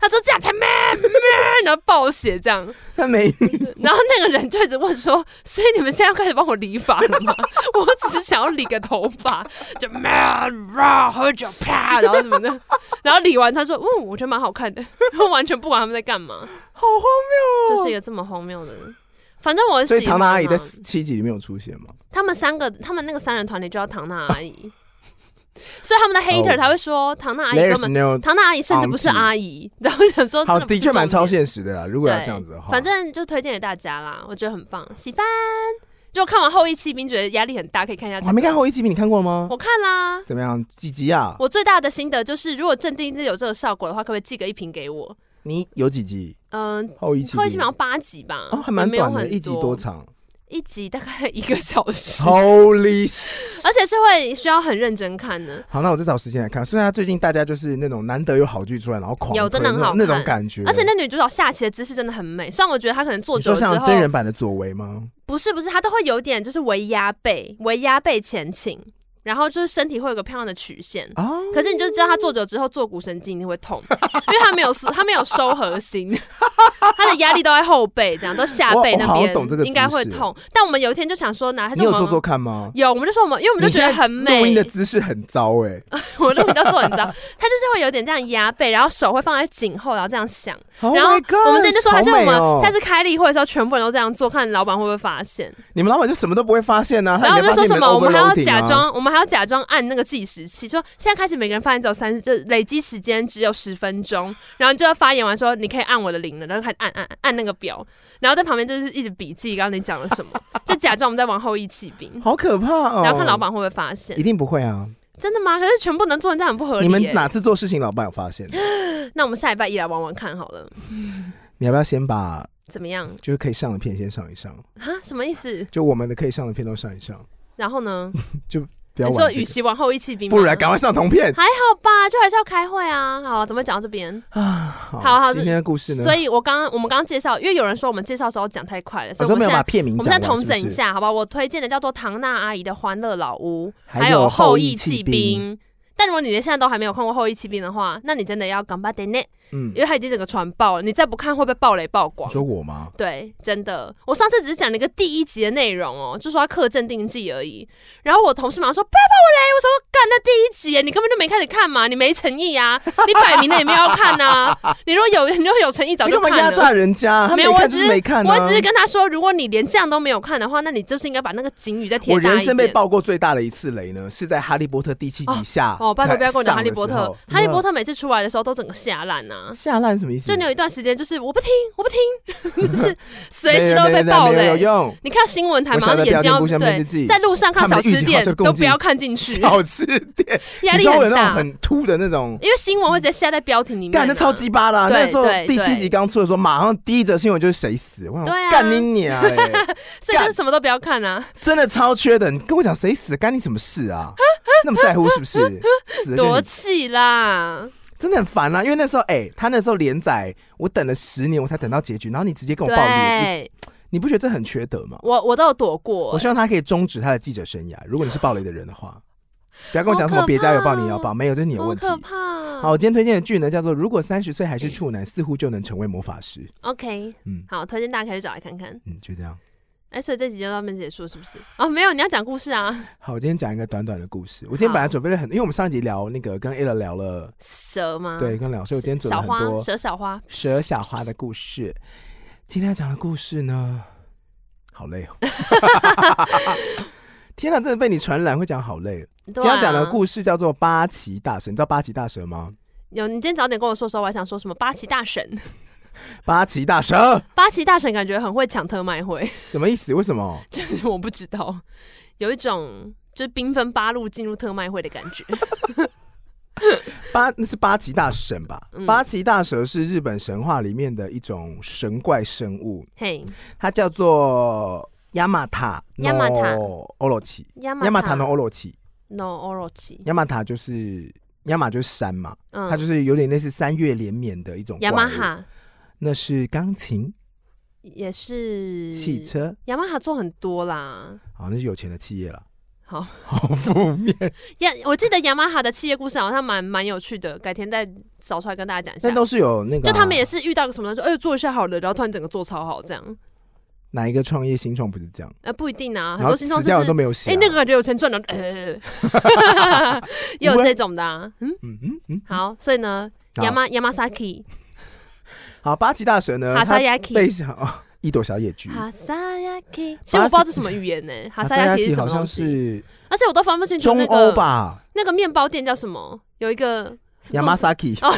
他说这样才 man man，然后爆血这样，
他没
然后那个人就一直问说，所以你们现在要开始帮我理发了吗？ 我只是想要理个头发，就 man raw 喝酒啪，然后什么的， 然后理完他说，嗯，我觉得蛮好看的， 然后完全不管他们在干嘛，
好荒
就
谬哦。
是一个这么荒谬的人。反正我很
所
喜欢
以唐娜阿姨
啊
在七集里面有出现吗？
他们三个，他们那个三人团里就叫唐娜阿姨， 所以他们的 hater
哦
才会说唐娜阿姨根
There's
本，
no
唐娜阿姨甚至不是
auntie
阿姨，然后我想说，
好，
真不
的
是
确蛮
重
超
点
现实的啦。如果要这样子的话，
反正就推荐给大家啦，我觉得很棒，喜欢。就看完《后羿弃兵》，觉得压力很大，可以看一下、
我还没看，后一集，你看过吗？
我看啦。
怎么样？几集啊？
我最大的心得就是，如果镇定剂有这个效果的话，可不可以寄个一瓶给我？
你有几集？
嗯，
后一集？
后羿弃兵好像八集吧，
哦，还蛮
也没有
短的，
很
一集多长
一集大概一个小时，
？Holy！s-
而且是会需要很认真看的。
好，那我再找时间来看。虽然最近大家就是那种难得有好剧出来，然后狂
有
推
真的很
那
好
那种
看
感觉，
而且那女主角下棋的姿势真的很美，虽然我觉得她可能坐
你说
久了之后
像，真人版的左为吗？
不是不是，她都会有点就是微压背，微压背前倾，然后就是身体会有个漂亮的曲线。
啊，
可是你就知道他坐久之后坐骨神经一定会痛，因为他没有收他没有收核心， 他的压力都在后背，这样都下
我
背
我
那
好像
边
懂这个
应该
姿
会
势
痛。但我们有一天就想说，哪还是
你
我
有
们
做做看吗？
有，我们就说我们，因为我们
你
就觉得
现在
很
录
美呃
音的，姿势很糟哎，
我录音都做，你知道，他就是会有点这样压背，然后手会放在颈后，然后这样想。然后
Oh my gosh，
我们这就说，还是
好
我
美
们
哦
下次开例会的时候，全部人都这样做，看老板会不会发现。
你们老板就什么都不会发现呢、啊，
然后我们就说什么，我们还要
要
假，装，我们还要假装按那个计时器，说现在开始每个人发言只有三十，就累积时间只有十分钟，然后你就要发言完说你可以按我的铃了，然后开始按按按那个表，然后在旁边就是一直笔记刚刚你讲了 什么，就假装我们在往后一起兵，
好可怕哦！
然后看老，板会不会发现
一，定不会啊！
真的吗？可是全部能做成这样很不合
你
理、
们
耶。
哪次做事情老板有发 现？
那我们下礼拜一来玩玩看好了，
你要不要先把
怎么样？
就是可以上的片先上一上？
哈，什么意思？
就我们的可以上的片都上一上，
然后呢？
不要
你说
玩、
与
这个。
其往后一起兵吗，
不然赶快上同片
还好吧，就还是要开会啊。好，怎么会讲到这边？
啊！
好好
今天的故事呢？
所以我刚刚我们刚刚介绍，因为有人说我们介绍的时候讲太快了，所
我
以我
哦都
们
没有
现在
把片名
我
讲
们再
完，
重整
是
一
不是。
下，好不好？我推荐的叫做唐娜阿姨的《欢乐老屋》，
还
还
有
有《
后
后
羿
羿
弃
弃
兵
兵》。但如果你连现在都还没有看过《后羿弃兵》的话，那你真的要赶巴得呢，
嗯
因，为它已经整个传爆了，你再不看会被爆雷爆
你
光。
说我吗？
对，真的，我上次只是讲了一个第一集的内容哦，就说要刻镇定剂而已。然后我同事马上说：“不要爆我雷！”我说：“干，那第一集耶你根本就没开始看嘛，你没诚意啊，你摆明了也没有要看呐、你如果有，你如果有诚意，早
你
就
干嘛
看
压
了。”
榨人家？他
没
没
有我
看
只
就是是没看啊！
我只是跟他说，如果你连这样都没有看的话，那你就是应该把那个警语再贴
我
大
人
一
生被
点。
爆过最大的一次雷呢，是在《哈利波特》第七集下。
哦，拜托不要跟我讲
上
《哈利
的
波
时
特》，
候嗯
《哈利波
特
特》每次出来的时候都整个吓烂呐》。
下烂什么意思？
就你有一段时间就是我不听，我不 听，就是随时
没有
都会被
没有
爆
没有没有
雷。
用。
你看新闻台，
我
马上
晓得
眼睛
标
要
点符上面是自
对，
己
在路上看
他
小
们的预
吃
警
店
号就是
都
共
不要看进去，
小吃店，
压
你
力
知道我有
很
那种
大。
很秃的那种，
因为新闻会直接下在标题里面啊，
干的超鸡巴的啊、
对
那时候
对
第七集
对
刚出的时候，马上第一则新闻就是谁死，我想说
对啊
干你娘 嘞！
所以就
干
是什么都不要看啊，
真的超缺的，你跟我讲谁死，干你什么事啊？那么在乎是不是？死了就
多
你
气啦！
真的很烦啊！因为那时候，哎、他那时候连载，我等了十年，我才等到结局，然后你直接跟我爆雷，你
对，
你不觉得这很缺德吗？
我我都有躲过
我，希望他可以终止他的记者生涯。如果你是暴雷的人的 话，不要跟我讲什
好
么
可怕
别家有爆你也要爆，没有，这是你的
好
问题。
可怕。
好，我今天推荐的剧呢叫做《如果三十岁还是
嗯
处男，似乎就能成为魔法师》。
OK，
嗯
好，推荐大家可以找来看看。
嗯，就这样。
哎、所以这集就到这边结束，是不是？哦，没有，你要讲故事啊，
好，我今天讲一个短短的故事。我今天
好
本来准备了很，因为我们上一集聊那个跟 Ella 聊了，
蛇吗？
对，，跟聊，所以我今天准备
嗯小
了很
花
多
蛇小花，
蛇小花的故事。今天要讲的故事呢，好累 哦。天哪，真的被你传染，会讲好累。
对
今天
啊
要讲的故事叫做八岐大蛇，你知道八岐大蛇吗？
有，你今天早点跟我说的时候，我还想说什么八旗大神，
八岐大蛇
八旗大神感觉很会抢特卖会，
什么意思？为什么？
就是我不知道，有一种就是兵分八路进入特卖会的感觉。
八那是八岐大神吧？
嗯
八岐大蛇是日本神话里面的一种神怪生物，
嘿，
它叫做亚马塔
Yamata
欧罗奇，
亚
亚马
马
塔诺欧罗奇，
no orochi，
亚马塔就是亚马就是山嘛，
嗯，
它就是有点类似三月连绵的一种
雅
怪
马
物，
哈
那是钢琴、
也是
汽，车，
雅马哈做很多啦。
好，那是有钱的企业了。
好
好负 面，
雅，我记得雅马哈的企业故事好像蛮蛮有趣的，改天再找出来跟大家讲一下
但。都是有那个啊、
就他们也是遇到个什么，说哎、做一下好了，然后突然整个做超好这样，
哪一个创业新创不是这样？
呃，不一定啊，
然
很多
后
新创
死
就
掉
是
人都没有写、
哎、
啊
那个感觉有钱赚了， 呃，也有这种的、啊。嗯，
嗯嗯嗯，
好，所以呢
好
，Yama Yamasaki
好，八岐大蛇呢？
哈萨
它
亚
背
i
上、哦、一朵小野菊。
哈萨亚 i 其实我不知道这什么语言呢、哈萨亚 i 是什
好
么东
像
西，
是
而且我都分不清楚
中
那
欧
个
吧
那个面包店叫什么，有一个
，Yamasaki，
哦，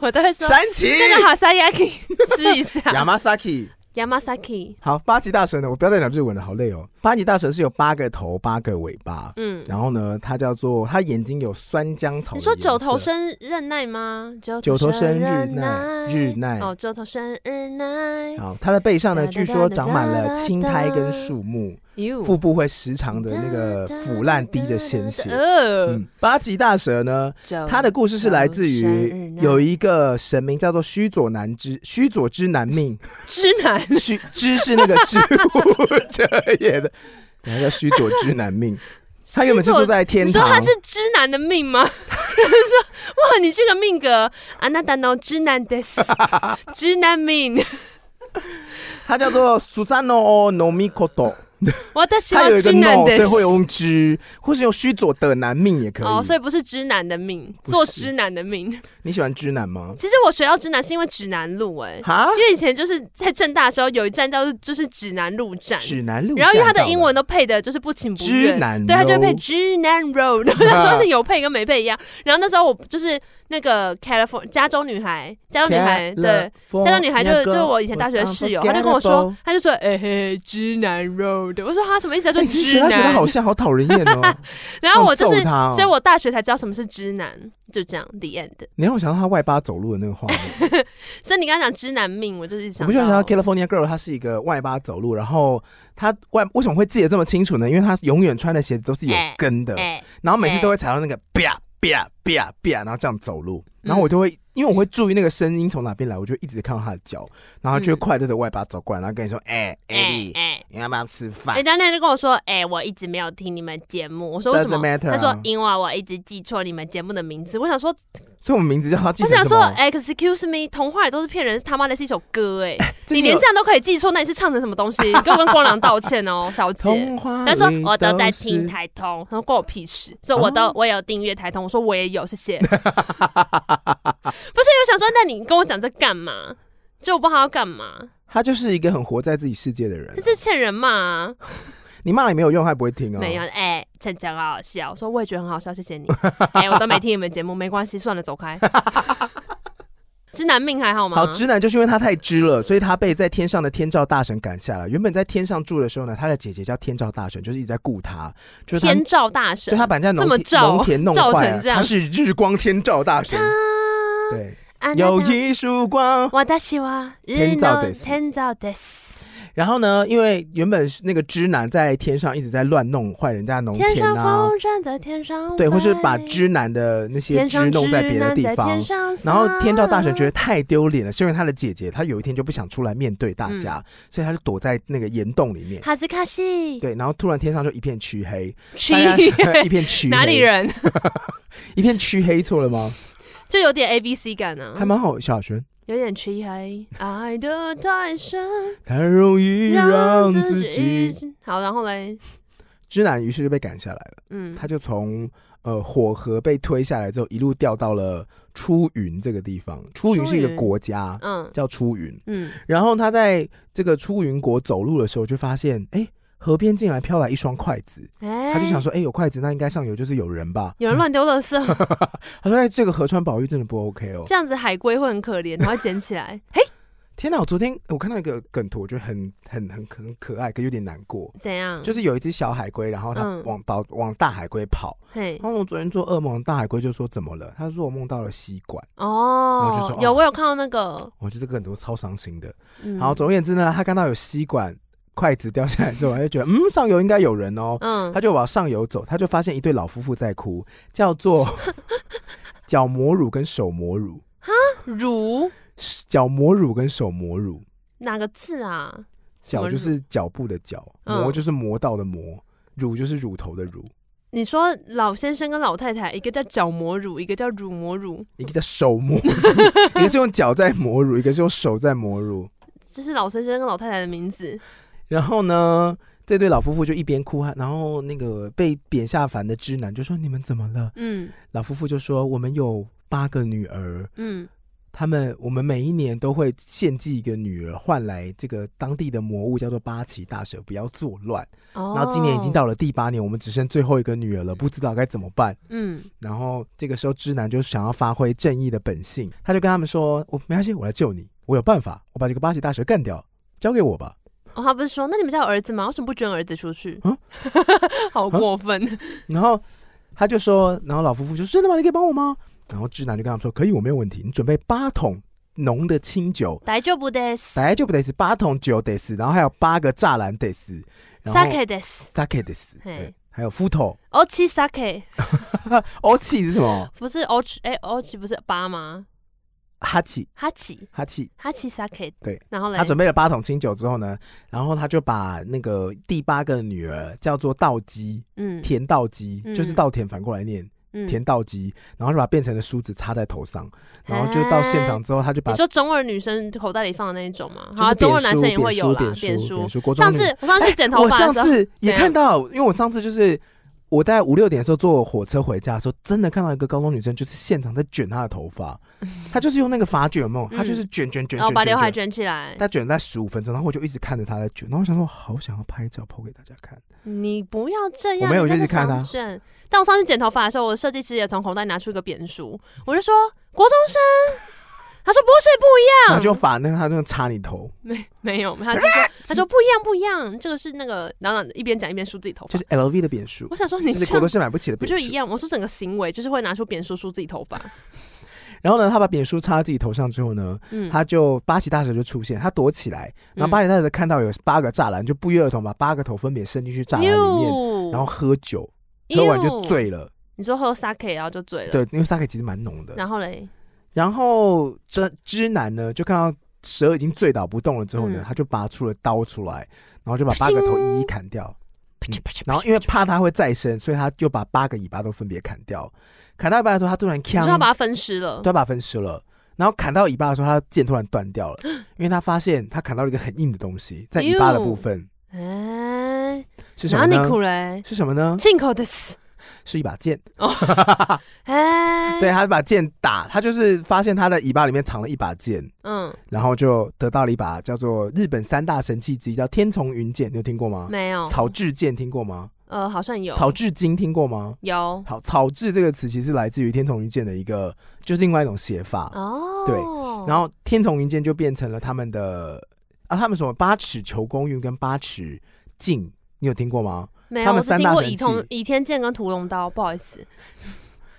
我都会说
神奇
那个哈萨亚 i 试一下
Yamasaki。
Yamasaki，
好，八岐大蛇呢？我不要再讲日文了，好累哦。八岐大蛇是有八个头、八个尾巴，
嗯，
然后呢，它叫做它眼睛有酸浆草的颜色。
你说九头身忍耐吗？九
九头身日
忍
奈日奈
哦，九头身日奈，
好，它的背上呢，
哒哒哒
据说长满了青苔跟树木，
哟
腹部会时常的那个腐烂，滴着鲜血。
呃
嗯，，八岐大蛇呢，它的故事是来自于有一个神明叫做须佐男之须佐之男命，
直男，
须知是那个知乎者也的，然后叫须佐之男命。他原本是住在天
你说
堂，
他是直男的命吗？ 说哇，你这个命格啊，那当然直男的， 直男命，
他叫做 Susano Nomikoto，
我的喜
他
欢
有一个
直男
no，所以
的，
会用之，或是用须佐的男命也可以。
哦，所以不是直男的命，
不
做
是
直男的命。
你喜欢之男吗？
其实我学到直男是因为指南路、哎，
哈，
因为以前就是在正大的时候有一站叫做就是指南路站。
指南路，
然后因为他的英文。都配的就是不情不
知
愿，
南
对他就会配
road
知南 road，那时 候是有配跟没配一样。然后那时候我就是那个 California 加州女孩，加州女孩对。
哦
加州女孩就是就是我以前大学的室友，她就跟我说，，她就说，哎、嘿，知南 road，我说她什么意思？她啊
哎
说
你其实
知
学他学的
南
好，像好讨人厌哦。
然后我就
好
是
揍，他哦
所以我大学才知道什么是知南，就这样 the end。
你让我想到他外八走路的那个画面，
所以你刚刚讲知南命，我就是
我
想
不喜欢
到
想到 California Girl，她是一个外八走路，然后她外为什么会记得这么清楚呢？因为她永远穿的鞋子都是有跟的，
哎、
然后每次都会踩到那个啪啪啪啪，然后这样走路，
嗯
然后我就会因为我会注意那个声音从哪边来，我就一直看到她的脚，然后她就会快乐的外八走过来，然后跟你说：“哎，艾
嗯哎
莉，
哎，
你要不要吃饭
人家那天就跟我说，哎、我一直没有听你们节目，我说为什么
Doesn't matter
他说因为我一直记错你们节目的名字。我想说，？”
所以我们名字叫她记
我
成什
想
么？
说，excuse 哎 me，童话也都是骗人，他妈的是一首歌 哎、
最近
你连
有
这样都可以记错，那你是唱成什么东西？你给我跟光良道歉哦，小 姐。
童话
他说
里
我都在
是
听台通，他说关我屁事。说我都、
啊哦
我有订阅台通，我说我也有，谢谢。 不是，我想说，那你跟我讲这干嘛？就我不知道他要干嘛，
他就是一个很活在自己世界的人
这
啊。
是欠人骂啊！
你骂了也没有用，他也不会听啊。
没有，哎、陈强好好笑，我说我也觉得很好笑，谢谢你。哎、我都没听你们节目，没关系，算了，走开。直男命还好吗？
好，直男就是因为他太直了，所以他被在天上的天照大神赶下来。原本在天上住的时候呢，他的姐姐叫天照大神，就是一直在顾他，就是他
天照大神
对，他把人家农
这么
田
照
农田弄
照成
坏啊了，
这样
他是日光天照大神。对，
啊
有。一束光。
我的希望，
天照です
天照です。
然后呢，因为原本是那个直男在天上一直在乱弄坏人家农
天
田
上
啊，
风站在天上飞，
对，或是把直男的那些
天
枝
上
弄在别的地
之男在
方
天。上撒
然后天照大神觉得太丢脸了，是因为他的姐姐，她有一天就不想出来面对大
嗯
家，所以她就躲在那个岩洞里面。
哈兹卡西，
对，然后突然天上就一片黢黑，
去
大家 一片黢黑，
哪里？人？ 嗯
一片黢黑，错了吗？
就有点 A B C 感呢、
还蛮好，小轩。
有点漆黑，爱的太深，
太容易 让自己。
好，然后嘞，
之男于是就被赶下来了，
嗯，
他就从呃火河被推下来之后，一路掉到了出云这个地方。出云是一
出
个
云
国家，
嗯
叫出云。
嗯，
然后他在这个出云国走路的时候，就发现哎。诶河边竟然飘来一双筷子，
哎、
他就想说：“哎、有筷子，那应该上游就是有人吧
有人乱丢垃圾，？”
他说：“哎、这个河川保育真的不 OK 哦。
这样子海龟会很可怜，它会捡起来。嘿，
天哪！我昨天我看到一个梗图，我觉得很很很很可爱，可有点难过。
怎样？
就是有一只小海龟，然后它
嗯
往保、往大海龟跑。
嘿，
然后我昨天做噩梦，大海龟就说怎么了？他说我梦到了吸管。然后就
哦
说，
有
哦
我有看到那个，
我觉得这个梗图超伤心的。
嗯，
然后总而言之呢，他看到有吸管、筷子掉下来之后，他就觉得嗯，上游应该有人哦。
嗯
他，就往上游走，他就发现一对老夫妇在哭，叫 做脚磨乳跟手磨乳，
乳
脚磨乳跟手磨乳，
哪个字啊？什
脚
么
就是脚步的脚，
嗯
磨就是磨到的磨，乳就是乳头的乳，
你说老先生跟老太太，一个叫角膜乳，一个叫乳膜乳，
一个叫手 磨乳，一个是用脚在磨乳，一个是用手在磨乳。
这是老先生跟老太太的名字。
然后呢，这对老夫妇就一边哭，啊然后那个被贬下凡的知男就说：“你们怎么了？”
嗯
老夫妇就说：“我们有八个女儿，
嗯，
他们我们每一年都会献祭一个女儿，换来这个当地的魔物叫做八岐大蛇，不要作乱。
哦，
然后今年已经，到了第八年，我们只剩最后一个女儿了，不知道该怎么办。
嗯
然后这个时候，知男就想要发挥正义的本性，他就跟他们说：‘我没关系，我来救你，我有办法，我把这个八岐大蛇干掉，交给我吧。
哦，他不是说，那你们家有儿子吗？为什么不捐儿子出去？
啊
好过分！’
然后他就说，然后老夫妇就说：‘真的吗？你可以帮我吗？’然后知男就跟他们说：‘可以，我没有问题。你准备八桶浓的清酒，
大丈夫です。
本来就不得死，八桶酒得死，然后还有八个栅栏得死，然后
sake です。
sake 得死，对
嘿，
还有 futo
ochi sake
哦气是什么？
不是 ochi 哎 ochi 不是八吗？
哈气
哈奇
哈气。
哈奇 sake
对，
然后嘞
他，准备了八桶清酒之后呢，然后他就把那个第八个女儿叫做道基，
嗯
田道基，
嗯
就是稻田反过来念
嗯，
田道基，然后就把变成的梳子插在头上，然后就到现场之后，他就把
你说中二女生口袋里放的那一种吗？
就
好，啊
是
中二
扁
男
梳
生也会
扁
有
梳
啦
扁，
扁
梳
梳
扁。梳，国中
上
女
次我上次剪头
我
发
上
的时候，
次也
怎样
看到，因为我上次就是我大概五六点的时候坐火车回家的时候，真的看到一个高中女生，就是现场在卷她的头 发，她就是用那个发卷，有没有？她就是卷卷卷
然后
卷
嗯哦把刘海
卷，
卷起来，
她卷了在十五分钟，然后我就一直看着她在卷，然后我想说，我好想要拍照剖给大家看，
你不要这
我
样，
没有
你
就
在
是
这
看
想
啊
卷。但我上次剪头发的时候，我的设计师也从口袋拿出一个扁梳，我就说国中生，他说不是不一
然
样，
后就把那个她那个插你头，
没没有，他就 说他说不一样不一样，这个是那个，然后一边讲一边梳自己头发。
就是 LV 的扁梳
我，想说你
就
这
是国
样
都是买不起的
不
扁
就一
梳。
样？我说整个行为就是会拿出扁梳梳自己头 发，
然后呢，她把扁梳插在自己头上之后呢，
嗯，
她就八岐大蛇就出现，她躲起来，然后
嗯
八岐大蛇看到有八个栅栏，就不约而同把八个头分别伸进去栅栏里面。
面
然后喝酒，喝完就。醉了。
你说喝 sake 然后就醉了，
对，因为 sake 其实蛮浓的。
然后嘞，
然后这知男呢，就看到蛇已经醉倒不动了之后呢，
嗯
他就拔出了刀出来，然后就把八个头一一砍掉。
啪嚓啪嚓啪嚓
嗯然后因为怕他会再生，所以他就把八个尾巴都分别砍掉。砍到一半的时候，他突然
你
呛
说，要把它分尸了，
对，把它分尸了。然后砍到尾巴的时候，他剑突然断掉 了，因为他发现他砍到了一个很硬的东西，在尾巴的部分
哎，
是什
然
么
后你
呢？
苦嘞，
是什么呢？
进口的死，
是一把剑。
哎，
对，啊他把剑打，他就是发现他的尾巴里面藏了一把剑，
嗯，
然后就得到了一把叫做日本三大神器之一叫天丛云剑，你有听过吗？
没有，
草雉剑听过吗？
呃，好像有，
草雉金听过吗？
有，
好，草雉这个词其实来自于天丛云剑的一个，就是另外一种写法。
哦，
对，然
后
后天丛云剑就变成了他们的啊，他们什么八尺求公运跟八尺镜，你有听过吗？
没
他
有，
们
我只
三
听
大
过
神
倚通
器
倚天剑跟屠龙刀，不好意思，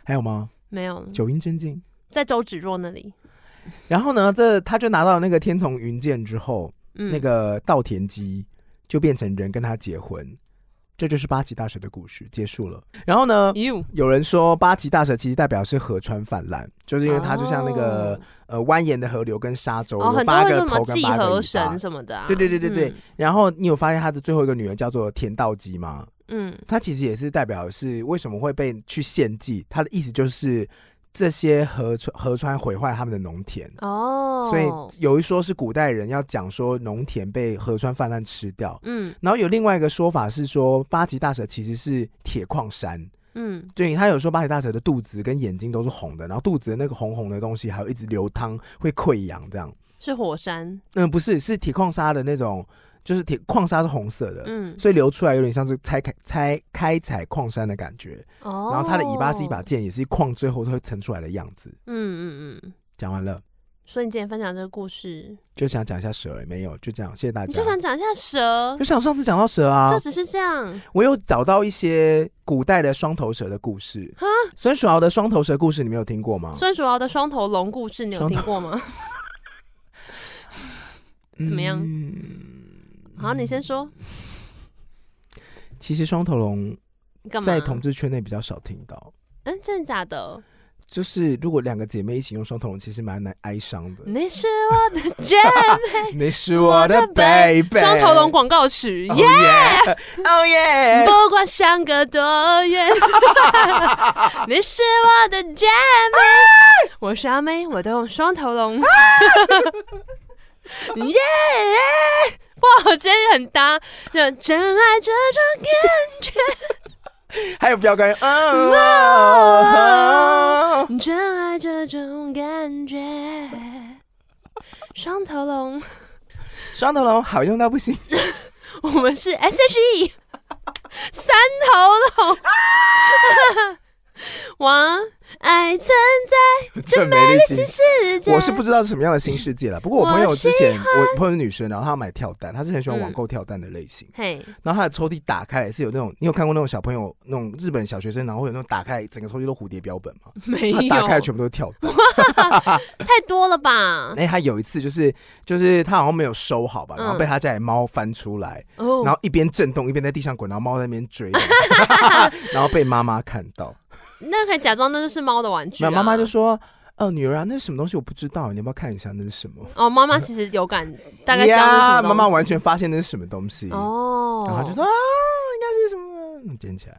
还有吗？
没有，
九阴真经。
在周芷若那里，
然后呢，这他就拿到那个天丛云剑之后，
嗯，
那个稻田鸡就变成人跟他结婚，这就是八岐大蛇的故事结束了。然后呢，
you，
有人说八岐大蛇其实代表是河川泛滥，就是因为它就像那个、
哦
呃蜿蜒的河流跟沙洲、
哦，
有
很多
八
人
个
说什么
头跟
祭
八个尾
河
巴
神。什么的啊，
对对对对对，然后你有发现他的最后一个女儿叫做田道基吗？
嗯，嗯，
它其实也是代表是为什么会被去献祭，它的意思就是这些河川河川毁坏他们的农田。
哦，
所以有一说是古代人要讲说农田被河川泛滥吃掉，
嗯
然后有另外一个说法是说八岐大蛇其实是铁矿山，
嗯，
对，他有说八岐大蛇的肚子跟眼睛都是红的，然后肚子的那个红红的东西还有一直流汤会溃疡这样，
是火山，
嗯，不是，是铁矿砂的那种，就是铁矿砂是红色的。
嗯，
所以流出来有点像是拆开拆开采矿山的感觉，
哦，
然后它的尾巴是一把，剑，也是矿最后会呈出来的样子。
嗯嗯嗯。
讲完了，
所以你今天分享这个故事，
就想讲一下蛇，没有，就这样，谢谢大
你
家。
就想讲一下蛇
就，想上次讲到蛇啊
就，只是这样。
我有找到一些古代的双头蛇的故事。
哈，
孙鼠敖的双头蛇故事你没有听过吗？
孙鼠敖的双头龙故事，你有听 过吗？怎么样
嗯，
好，你先说，
其实双头龙
你干嘛？
在统治圈内比较少听到，
嗯，真的假的？
就是如果两个姐妹一起用双头龙，其实蛮难哀伤的。
你是我的 jam，
你是 我的 baby，
双头龙广告曲，
哦
耶！
耶，哦耶，
不管相隔多远， 你是我的 jam，我是阿妹，我都用双头龙。 耶！哇，今天很搭，就真爱这种感
还有标杆，嗯哦，
真爱这种感觉，双头龙，
双头龙好用到不行。
我们是 S H E，三头龙， 哇，爱存
这美丽极
在世界。
我是不知道是什么样的新世界了。不过我朋友之前，我朋友是女生，然后她买跳蛋，她是很喜欢
嗯
网购跳蛋的类型。
嘿，
然后她的抽屉打开来是有那种，你有看过那种小朋友那种日本小学生，然后会有那种打开整个抽屉都蝴蝶标本吗？
没
她
有，
打开来全部都是跳蛋。
太多了吧？
哎，她有一次就是就是她好像没有收好吧，
嗯
然后被她家里猫翻出来，
哦
然后一边震动一边在地上滚，然后猫在那边 追， 然后被妈妈看到，
那可以假装那就是猫的玩具、
那
啊。
妈妈就说：“哦，女儿啊，那是什么东西？我不知道，你要不要看一下那是什么？”
哦，妈妈其实有感，大概知道那是
呀，
什么
妈
东西
妈完全发现那是什么东西，
哦，
然后就说啊，应该是什么，嗯捡起来。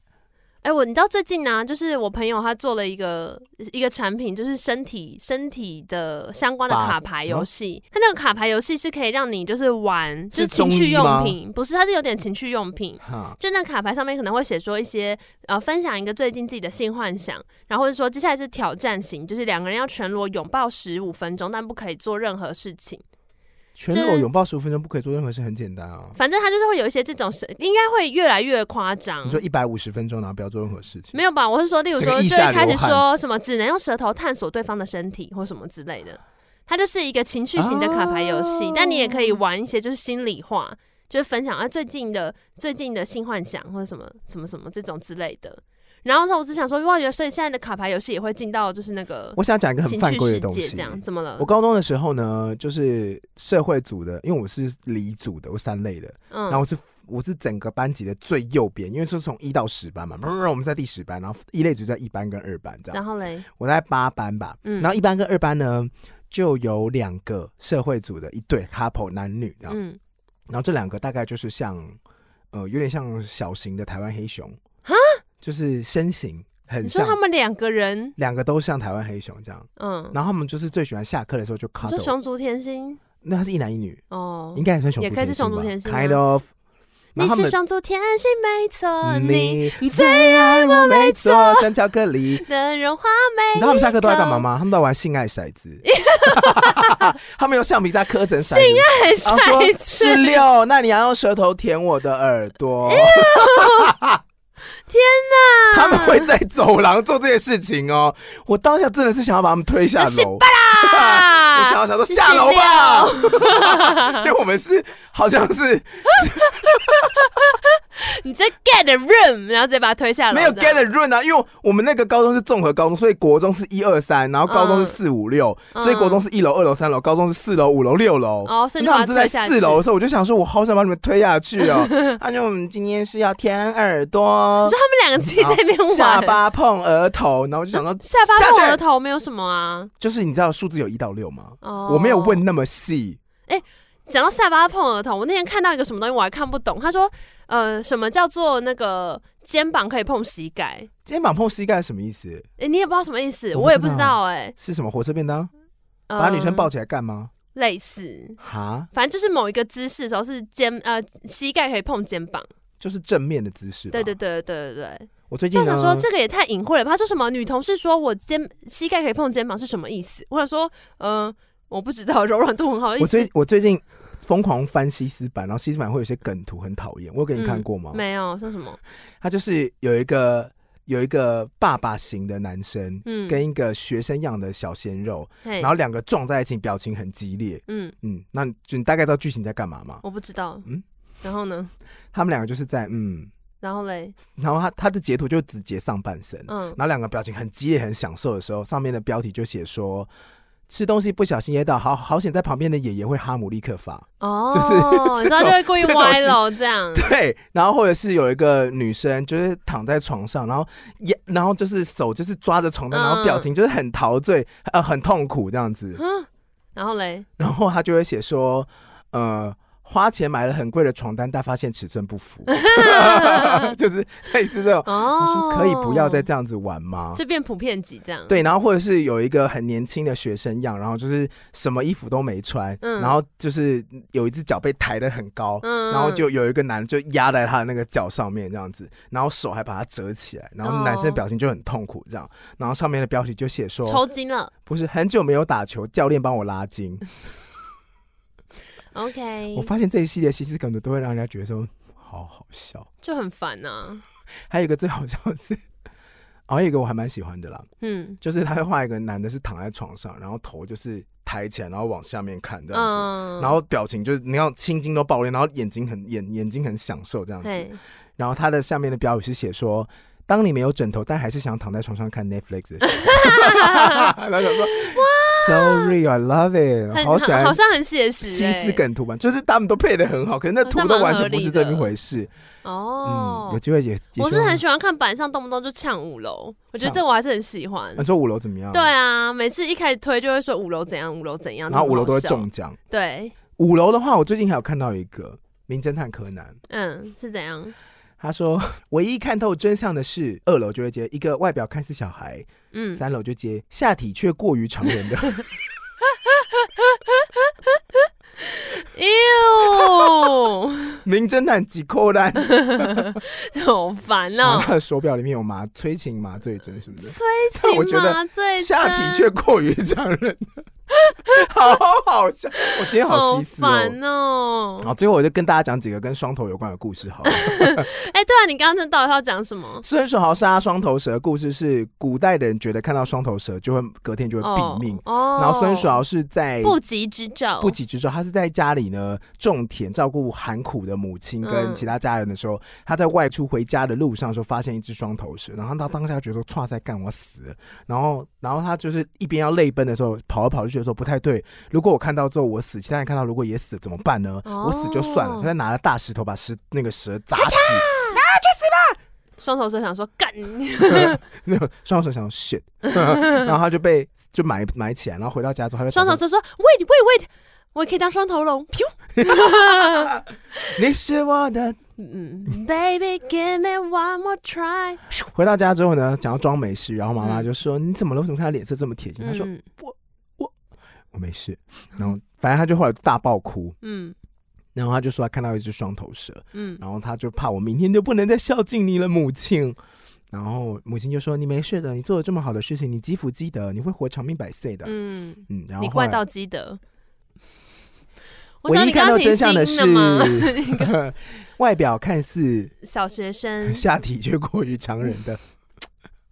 哎、我你知道最近呢、就是我朋友他做了一个一个产品，就是身体身体的相关的
法
卡牌
什么
游戏。他那个卡牌游戏是可以让你就是玩，就是是情趣
中医吗
用品，不是，它是有点情趣用品。
哈，
就那卡牌上面可能会写说一些呃，分享一个最近自己的性幻想，然后或者说接下来是挑战型，就是两个人要全裸拥抱十五分钟，但不可以做任何事情。
全
就是
裸拥抱十五分钟不可以做任何事，很简单啊。
反正他就是会有一些这种事，应该会越来越夸张
你。说一百五十分钟，然后不要做任何事情
嗯没，有吧？我是说，例如
整
说，
个腋
就一
下
开始
流汗
说什么只能用舌头探索对方的身体或什么之类的，它就是一个情绪型的卡牌游戏。
哦
但你也可以玩一些就是心里话，就是分享啊最近的最近的性幻想或者什么什么什么这种之类的。然后呢，我只想说，哇，原来所以现在的卡牌游戏也会进到就是那个
我想讲一个很
情
犯
绪
规
世
的东
界
西
这。样，怎么了
我？高中的时候呢，就是社会组的，因为我是理组的，我三类的，然后
嗯，
我是我是整个班级的最右边，因为是从一到十班嘛，不是我们在第十班，然后一类组在一班跟二班这样，
然后嘞，
我在八班吧，
嗯，
然后一班跟二班呢，就有两个社会组的一对 couple 男女，然后、
嗯，
然后这两个大概就是像，呃，有点像小型的台湾黑熊，
哈，
就是身形很
你说
像
他，们两个人，
两个都像台湾黑熊这样。
嗯，
然后他们就是最喜欢下课的时候就
你说
cuddle，
熊族甜心
那他是一男一女，
哦
应，该也算熊
也可以是熊族甜心啊
吧，kind of。然
你
后他
是
们
双族甜心没错，你
你最爱我没错，像巧克力。
的融化
你
美。
知道他们下课都在干嘛吗？他们在玩性爱骰 子，他们用橡皮擦刻成骰子，然
很
后说
帅啊气
是六，那你要用舌头舔我的耳
哎
朵。
天 哪！
他们会在走廊做这些事情哦。我当下真的是想要把他们推下
哎那是
楼， 我想
啊，
要想说下楼 吧，因为我们是好像是
你在 get the room，然后直接把他推下楼。
没有
这样
get a run 啊，因为我们那个高中是综合高中，所以国中是一二三，然后高中是四五六，
嗯
所以国中是一楼、二楼、三楼，高中是四楼、五楼、六楼。
哦，所以你
那他们
把他
就
推
在
下
四楼的
去
时候，我就想说，我好想把你们推下去 哦。而且我们今天是要舔耳朵
你说，他们两个自己在那边玩，
下巴碰额头，然后我就想到
下巴
下
碰
去
我的头没有什么啊。
就是你知道数字有一到六吗？
哦，
我没有问。那么细，
讲到下巴碰额头，我那天看到一个什么东西，我还看不懂。他说，呃，什么叫做那个肩膀可以碰膝盖？
肩膀碰膝盖是什么意思？
哎，你也不知道什么意思，
我不
我也
知
不知
道
道。哎，
是什么火车便当？
呃
把女生抱起来干吗？
类似，
哈，
反正就是某一个姿势的时候是肩呃膝盖可以碰肩膀。
就是正面的姿势。
对对，对对对对，
我最近
就
呢
想，说这个也太隐晦了吧？他说什么女同事说我肩膝盖可以碰肩膀是什么意思？或者说，嗯、我不知道， 柔软度很好的意
我
思
最我最近疯狂翻西斯版，然后西
嗯
斯版会有些梗图很讨厌，我有给你看过吗？
没有说什么
它就是有一个有一个爸爸型的男生，
嗯
跟一个学生样的小鲜肉，
嘿
然后两个撞在一起，表情很激烈。
嗯，
嗯，那你就你大概知道剧情在干嘛嘛？
我不知道，
嗯
然后呢，
他们两个就是在嗯，
然后嘞，
然后他他的截图就只截上半身，
嗯
然后两个表情很激烈、很享受的时候，上面的标题就写说。吃东西不小心噎到，好好险在旁边的爷爷会哈姆立克法，
哦，
就是
你知道
这种
就会故意
这种
歪
事
楼这样，
对，然后或者是有一个女生就是躺在床上，然后也然后就是手就是抓着床单，然后表情就是很陶醉，呃，很痛苦这样子，
哼，然后嘞，
然后他就会写说，呃，花钱买了很贵的床单，但发现尺寸不符， 就是类似这种。
哦
我，说可以不要再这样子玩吗？
就变普遍级这样，，
对，然后或者是有一个很年轻的学生样，然后就是什么衣服都没穿，
嗯
然后就是有一只脚被抬得很高，
嗯
然后就有一个男的就压在他的那个脚上面这样子，然后手还把它折起来，然后男生的
哦
表情就很痛苦这样，然后上面的标题就写说
嗯抽筋了
不是很久没有打球，教练帮我拉筋。
，OK，
我发现这一系列其实梗的都会让人家觉得说好好笑。
就很烦啊呐，
还有一个最好笑的是， 哦，还有一个我还蛮喜欢的啦，
嗯
就是他会画一个男的是躺在床上，然后头就是抬起来，然后往下面看这样子。
嗯，
然后表情就是你要青筋都爆裂，然后眼睛很眼眼睛很享受这样子。
嘿，
然后他的下面的标语是写说：“当你没有枕头，但还是想躺在床上看 Netflix 的时候。” 然后想说：“Sorry, I love it，
很
好
好
喜欢
像很写实，
西斯
欸
梗图版，就是他们都配的很好，可是那图都完全不是这么一回事。嗯，
哦
有。机会也也
我是很
希
喜欢看板上动不动就呛五楼，我觉得
呛
这我还是很喜欢
望你。说五楼怎么样？
对，啊，每次一开始推就会说五楼怎样，五楼怎样，
然后
就很
五楼都会
好笑。
中奖。
对，
五楼的话，我最近还有看到一个《名侦探柯南》。
嗯，是怎样？
他说， 唯一看透真相的是，二楼就会接一个外表看似小孩，
嗯，
三楼就接下体却过于常人的。
哟，
名侦探几扣烂，
好烦
然后
哦！
他的手表里面有麻催情麻醉针什么的，
催
我觉
情
得
麻醉针
下体却过于常人 的，好好笑，我今天好
好
西斯哦。
烦哦
然！后最后我就跟大家讲几个跟双头有关的故事好了。
哎，对啊，你刚刚那到底要讲什么？
孙守豪杀双头蛇的故事是古代的人觉得看到双头蛇就会隔天就会
哦
毙命，
哦，
然后孙守豪是在
不吉之兆，
不，急之中，他是在家里呢种田，照顾寒苦的母亲跟
嗯
其他家人的时候，他在外出回家的路上的时候发现一只双头蛇，然后他当下觉得说哇塞，干我死了，然后然后他就是一边要泪奔的时候，跑来跑去觉得说不太对，如果我看到之后我死，其他人看到如果也死怎么办呢？
哦
我死就算了，所以他拿了大石头把石那个蛇砸死，
双头蛇想说干你，
没有双手想 shit，然 后他就被就埋埋起来，然后回到家之后他就
双
想
头
说
蛇说 wait wait wait，我也可以当双 头龙，噗，
你是我的
嗯嗯，baby give me one more try，
回到家之后呢，想要装没事，然后妈妈
嗯
就说：“你怎么了？为什么看他脸色这么铁青？”他说
嗯：“
我没事。”然后反正他就后来大爆哭，
嗯
然后他就说他看到一只双头蛇，
嗯，
然后他就怕我明天就不能再孝敬你了，母亲。然后母亲就说：“你没事的，你做了这么好的事情，你积福积德，你会活长命百岁的。嗯”
嗯，
然后
你
后
怪
来
到基德。我
唯
想
一
你
看
刚
到
刚挺
真相的
新
是
嘛
外表看似
小学生
下体却过于常人的，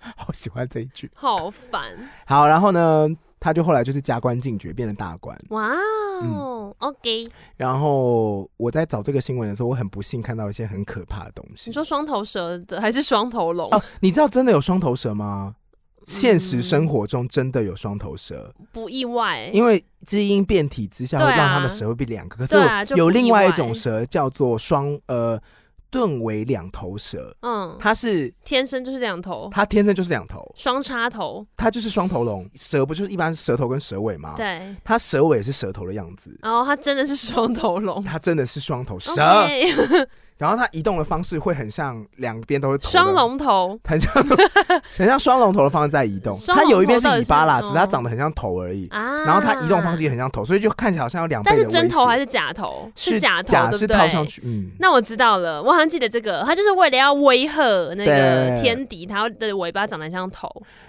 好喜欢这一句。
好烦
好，然后呢，他就后来就是加官进爵，变成大官。
哇哦，OK，
嗯然后我在找这个新闻的时候，我很不幸看到一些很可怕的东西。
你说双头蛇的还是双头龙？
哦，你知道真的有双头蛇吗？现实生活中真的有双头蛇，
不意外，
因为基因变体之下会
对啊
让它们蛇会变两个。可是
对啊
我
就
有
不意
另外一
外
种蛇叫做双呃盾尾两头蛇，
嗯，
它是
天生就是两头
它天生就是两头，
双插头，
它就是双头龙。蛇不就是一般蛇头跟蛇尾吗？
对，
它蛇尾是蛇头的样子，
然后它真的是双头龙，
它真的是双头蛇。
OK，
然后它移动的方式会很像两边都是头的
双龙头，
很像很像双龙头的方式在移动，
双
它
龙头
有一边是尾巴啦，只
到底是嗯
是它长得很像头而已。
啊，
然后它移动方式，也很像头，所以就看起来好像有两倍
但
的
是
威
真头还
胁。
是假头？
是
假头，
假
对
是
不
套上
对？
去，嗯，
那我知道了，我好像记得这个，它就是为了要威吓那个
对
天敌，它的尾巴长得像头。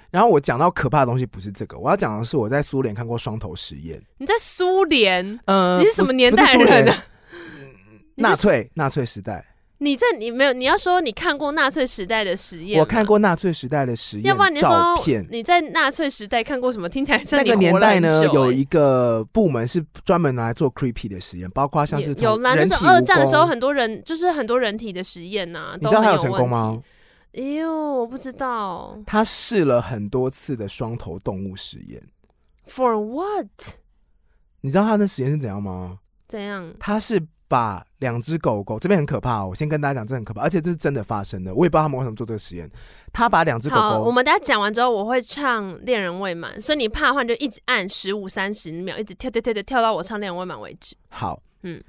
然后我讲到可怕的东西不是这个，我要讲的是我在苏联看过双头实验。
你在苏联，
嗯，
你是什么年代
不是嗯
人？啊？
不是苏联纳粹纳粹时代，
你这你没有，你要说你看过纳粹时代的实验，
我看，过纳粹时代的实
要
验
不然你
照
说
片。
你在纳粹时代看过什么？听起来像
那
你
个年
活了
代
很
呢，
久
有
欸
一个部门是专门拿来做 creepy 的实验，包括像是
有有
从
啦，那
人
时
体
候二
蜈
战的时候，
蚣，
很多人就是很多人体的实验呐、
你
都
知道
很
他
有
成
问
功吗
题？？哎呦，我不知道
他试了很多次的双头动物实验，
for what
你知道他的实验是怎样吗？
怎样？
他是把两只狗狗，这边很可怕、哦，我先跟大家讲，这很可怕，而且这是真的发生的，我也不知道他们为什么做这个实验。他把两只狗
好，我
狗，
们等下讲完之后，我会唱《恋人未满》，所以你怕的话，你就一直按十五三十秒，一直跳跳跳跳跳到我唱《恋人未满》为止。
好，
嗯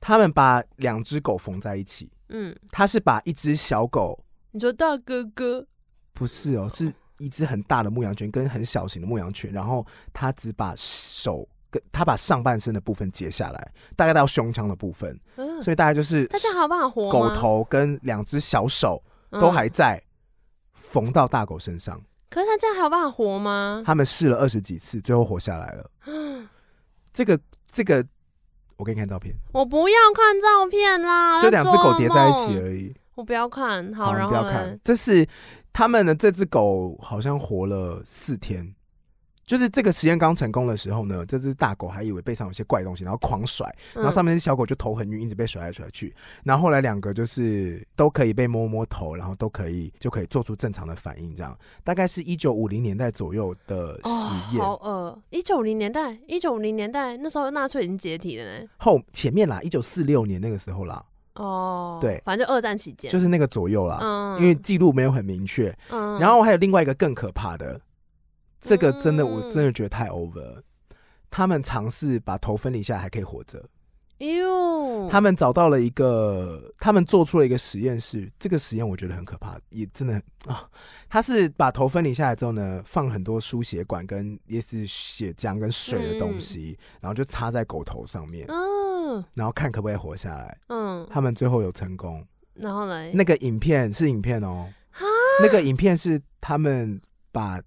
他们把两只狗缝在一起，
嗯，
他是把一只小狗，
你说大哥哥，
不是哦，是一只很大的牧羊犬跟很小型的牧羊犬，然后他只把手跟他把上半身的部分截下来，大概到胸腔的部分，
嗯、
所以大概就是
大家好不好活
狗
吗
头跟两只小手都、
嗯
还在缝到大狗身上。
可是他这样还有办法活吗？
他们试了二十几次，最后活下来了。这个这个，我给你看照片，
我不要看照片啦，
就两只狗叠在一起
了。
而已。
我不要看，好，
好，你
然
不要
后
看
呢？，
这是他们的这只狗好像活了四天。就是这个实验刚成功的时候呢，这只大狗还以为背上有些怪东西，然后狂甩，然后上
面
面那只小狗就头很晕，一直被甩来甩去。然后后来两个就是都可以被摸摸头，然后都可以就可以做出正常的反应，这样大概是一九五零年代左右的实验。
哦、好恶！一九零年代，一九零年代那时候纳粹已经解体了呢。
后前面啦，一九四六年那个时候啦，
哦，
对
反正就二战期间，
就是是那个左右啦，
嗯
因为记录没有很明确。
嗯
然后还有另外一个更可怕的，这个真的
嗯
我真的觉得太 over 了。他们尝试把头分离下来还可以活着，
哎呦，
他们找到了一个，他们做出了一个实验室，这个实验我觉得很可怕，也真的啊，他是把头分离下来之后呢，放很多输血管跟也是血浆跟水的东西，然后就插在狗头上面，
嗯
然后看可不可以活下来。
嗯，
他们最后有成功，
然后嘞，
那个影片是影片哦
啊，
那个影片是他们把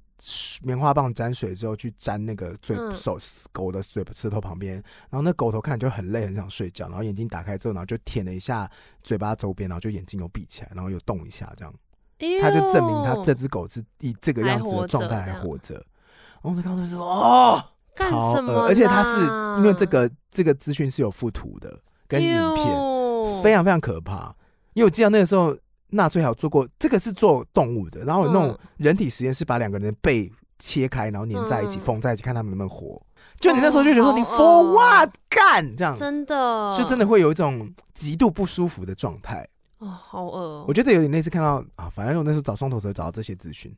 棉花棒沾水之后去沾那个嘴
嗯
手狗的嘴舌头旁边，然后那狗头看着就很累，很想睡觉，然后眼睛打开之后，然后就舔了一下嘴巴周边，然后就眼睛又闭起来，然后又动一下，这样
哎
他就证明他
呦
这只狗是以这个样子
还活
的
着
状态
这
还
样
活着。然后我刚才说哦，
干
超
什么
恶而且他
啦哎
是因为这个这个资讯是有附图的跟影片，
片
非常非常可怕。因为我记得那个时候纳粹还有做过，这个是做动物的，然后有那
嗯
种人体实验是把两个人的背切开，然后粘在一起，
嗯
缝在一起，看他们能不能活。就你那时候就觉得说
哦
你
好
for
恶
what 干这样，
真的
是真的会有一种极度不舒服的状态。
哦，好恶哦
我。觉得有点类似看到啊，反正我那时候找双头蛇找到这些资讯，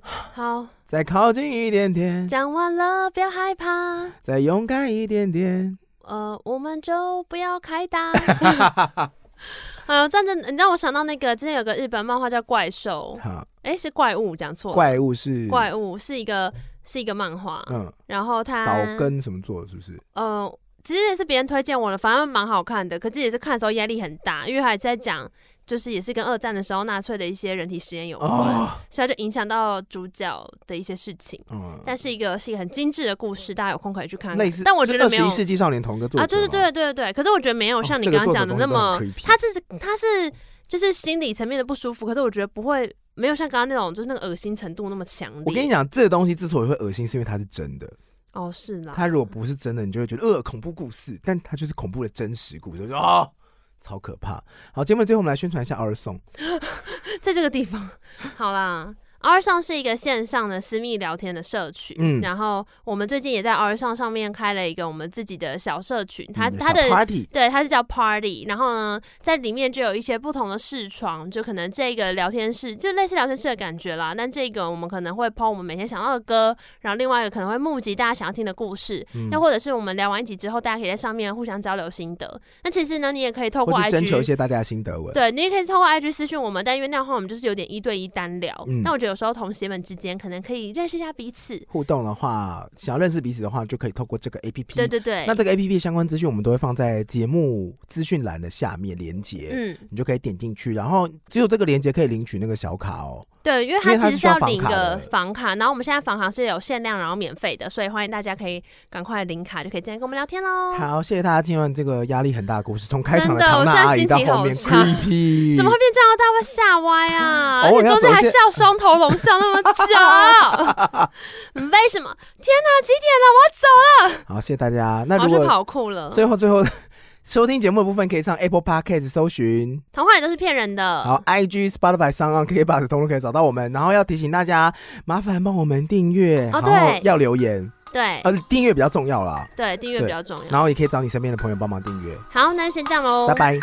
好，
再靠近一点点，
讲完了，不要害怕，
再勇敢一点点。
呃，我们就不要 开打。啊，战争，你让我想到那个之前有个日本漫画叫《怪兽》，
哈，
哎，是怪物，讲错了，
怪物是
怪物是一个是一个漫画，
嗯，
然后它
岛根什么做的？是不是？
呃，其实也是别人推荐我的，反正蛮好看的。可是也是看的时候压力很大，因为还在讲，就是也是跟二战的时候纳粹的一些人体实验有关，
哦，
所以它就影响到主角的一些事情。
嗯，
但是一个是一个很精致的故事，大家有空可以去看看
类似，
但我觉得
二
没
十
有
一世纪少年同一个作者
啊，对对
嘛
对对对。可是我觉得没有
哦
像你
这个
刚
作
刚
者
讲的
东西
那
都很
么，
creepy
他是他是就是心理层面的不舒服，可是我觉得不会没有像刚刚那种就是那个恶心程度那么强烈。
我跟你讲，这个东西之所以会恶心，是因为它是真的。
哦，是啦，
它如果不是真的，你就会觉得呃恐怖故事，但它就是恐怖的真实故事，我就哦，超可怕。好，节目最后我们来宣传一下 R 送，
在这个地方， 好啦。R 上是一个线上的私密聊天的社群，
嗯
然后我们最近也在 R 上上面开了一个我们自己的小社群，它
嗯
它的
小 party
对它是叫 Party，然后呢，在里面就有一些不同的视窗，就可能这个聊天室就类似聊天室的感觉啦，但这个我们可能会抛我们每天想到的歌，然后另外一个可能会募集大家想要听的故事，
嗯
又或者是我们聊完一集之后，大家可以在上面互相交流心得。那其实呢，你也可以透过
或
IG
是征求一些大家的心得文。
对，你也可以透过 IG 私讯我们，但因为那样的话，我们就是有点一对一单聊。
嗯
但我觉得有时候同学们之间可能可以认识一下彼此。
互动的话，想要认识彼此的话，就可以透过这个 A P P。
对对对，
嗯那这个 A P P 相关资讯，我们都会放在节目资讯栏的下面连接，
嗯，
你就可以点进去。然后只有这个连接可以领取那个小卡哦。
对，因为
因
它
为它
其
是
实是
需要
要
房
领
卡
个
的
房卡，然后我们现在房卡是有限量，然后免费的，所以欢迎大家可以赶快领卡，就可以进来跟我们聊天喽。
好，谢谢大家听完这个压力很大的故事，从开场
哦真的
唐娜
我现在
阿姨
心
到
情
后
好
面
差
creepy，
怎么会变这样？啊大家会吓歪啊！
偶
而
尔
且
要
中间
走一
还
些
笑双头龙，笑那么久， 为什么？天哪，几点了？
好，谢谢大家。那
我
如
要去
果
跑酷了。
最后最后收听节目的部分，可以上 Apple Podcast 搜寻，
童话里都是骗人的。
好，IG、Spotify、上岸 KK Bus 通路可以找到我们。然后要提醒大家，麻烦帮我们订阅，
哦
然后
对哎
要留言，
对
呃，订阅比较重要啦。
对，订阅
对
比较重要。哦
然后也可以找你身边的朋友帮忙订阅。
好，那就先这样喽，
拜拜。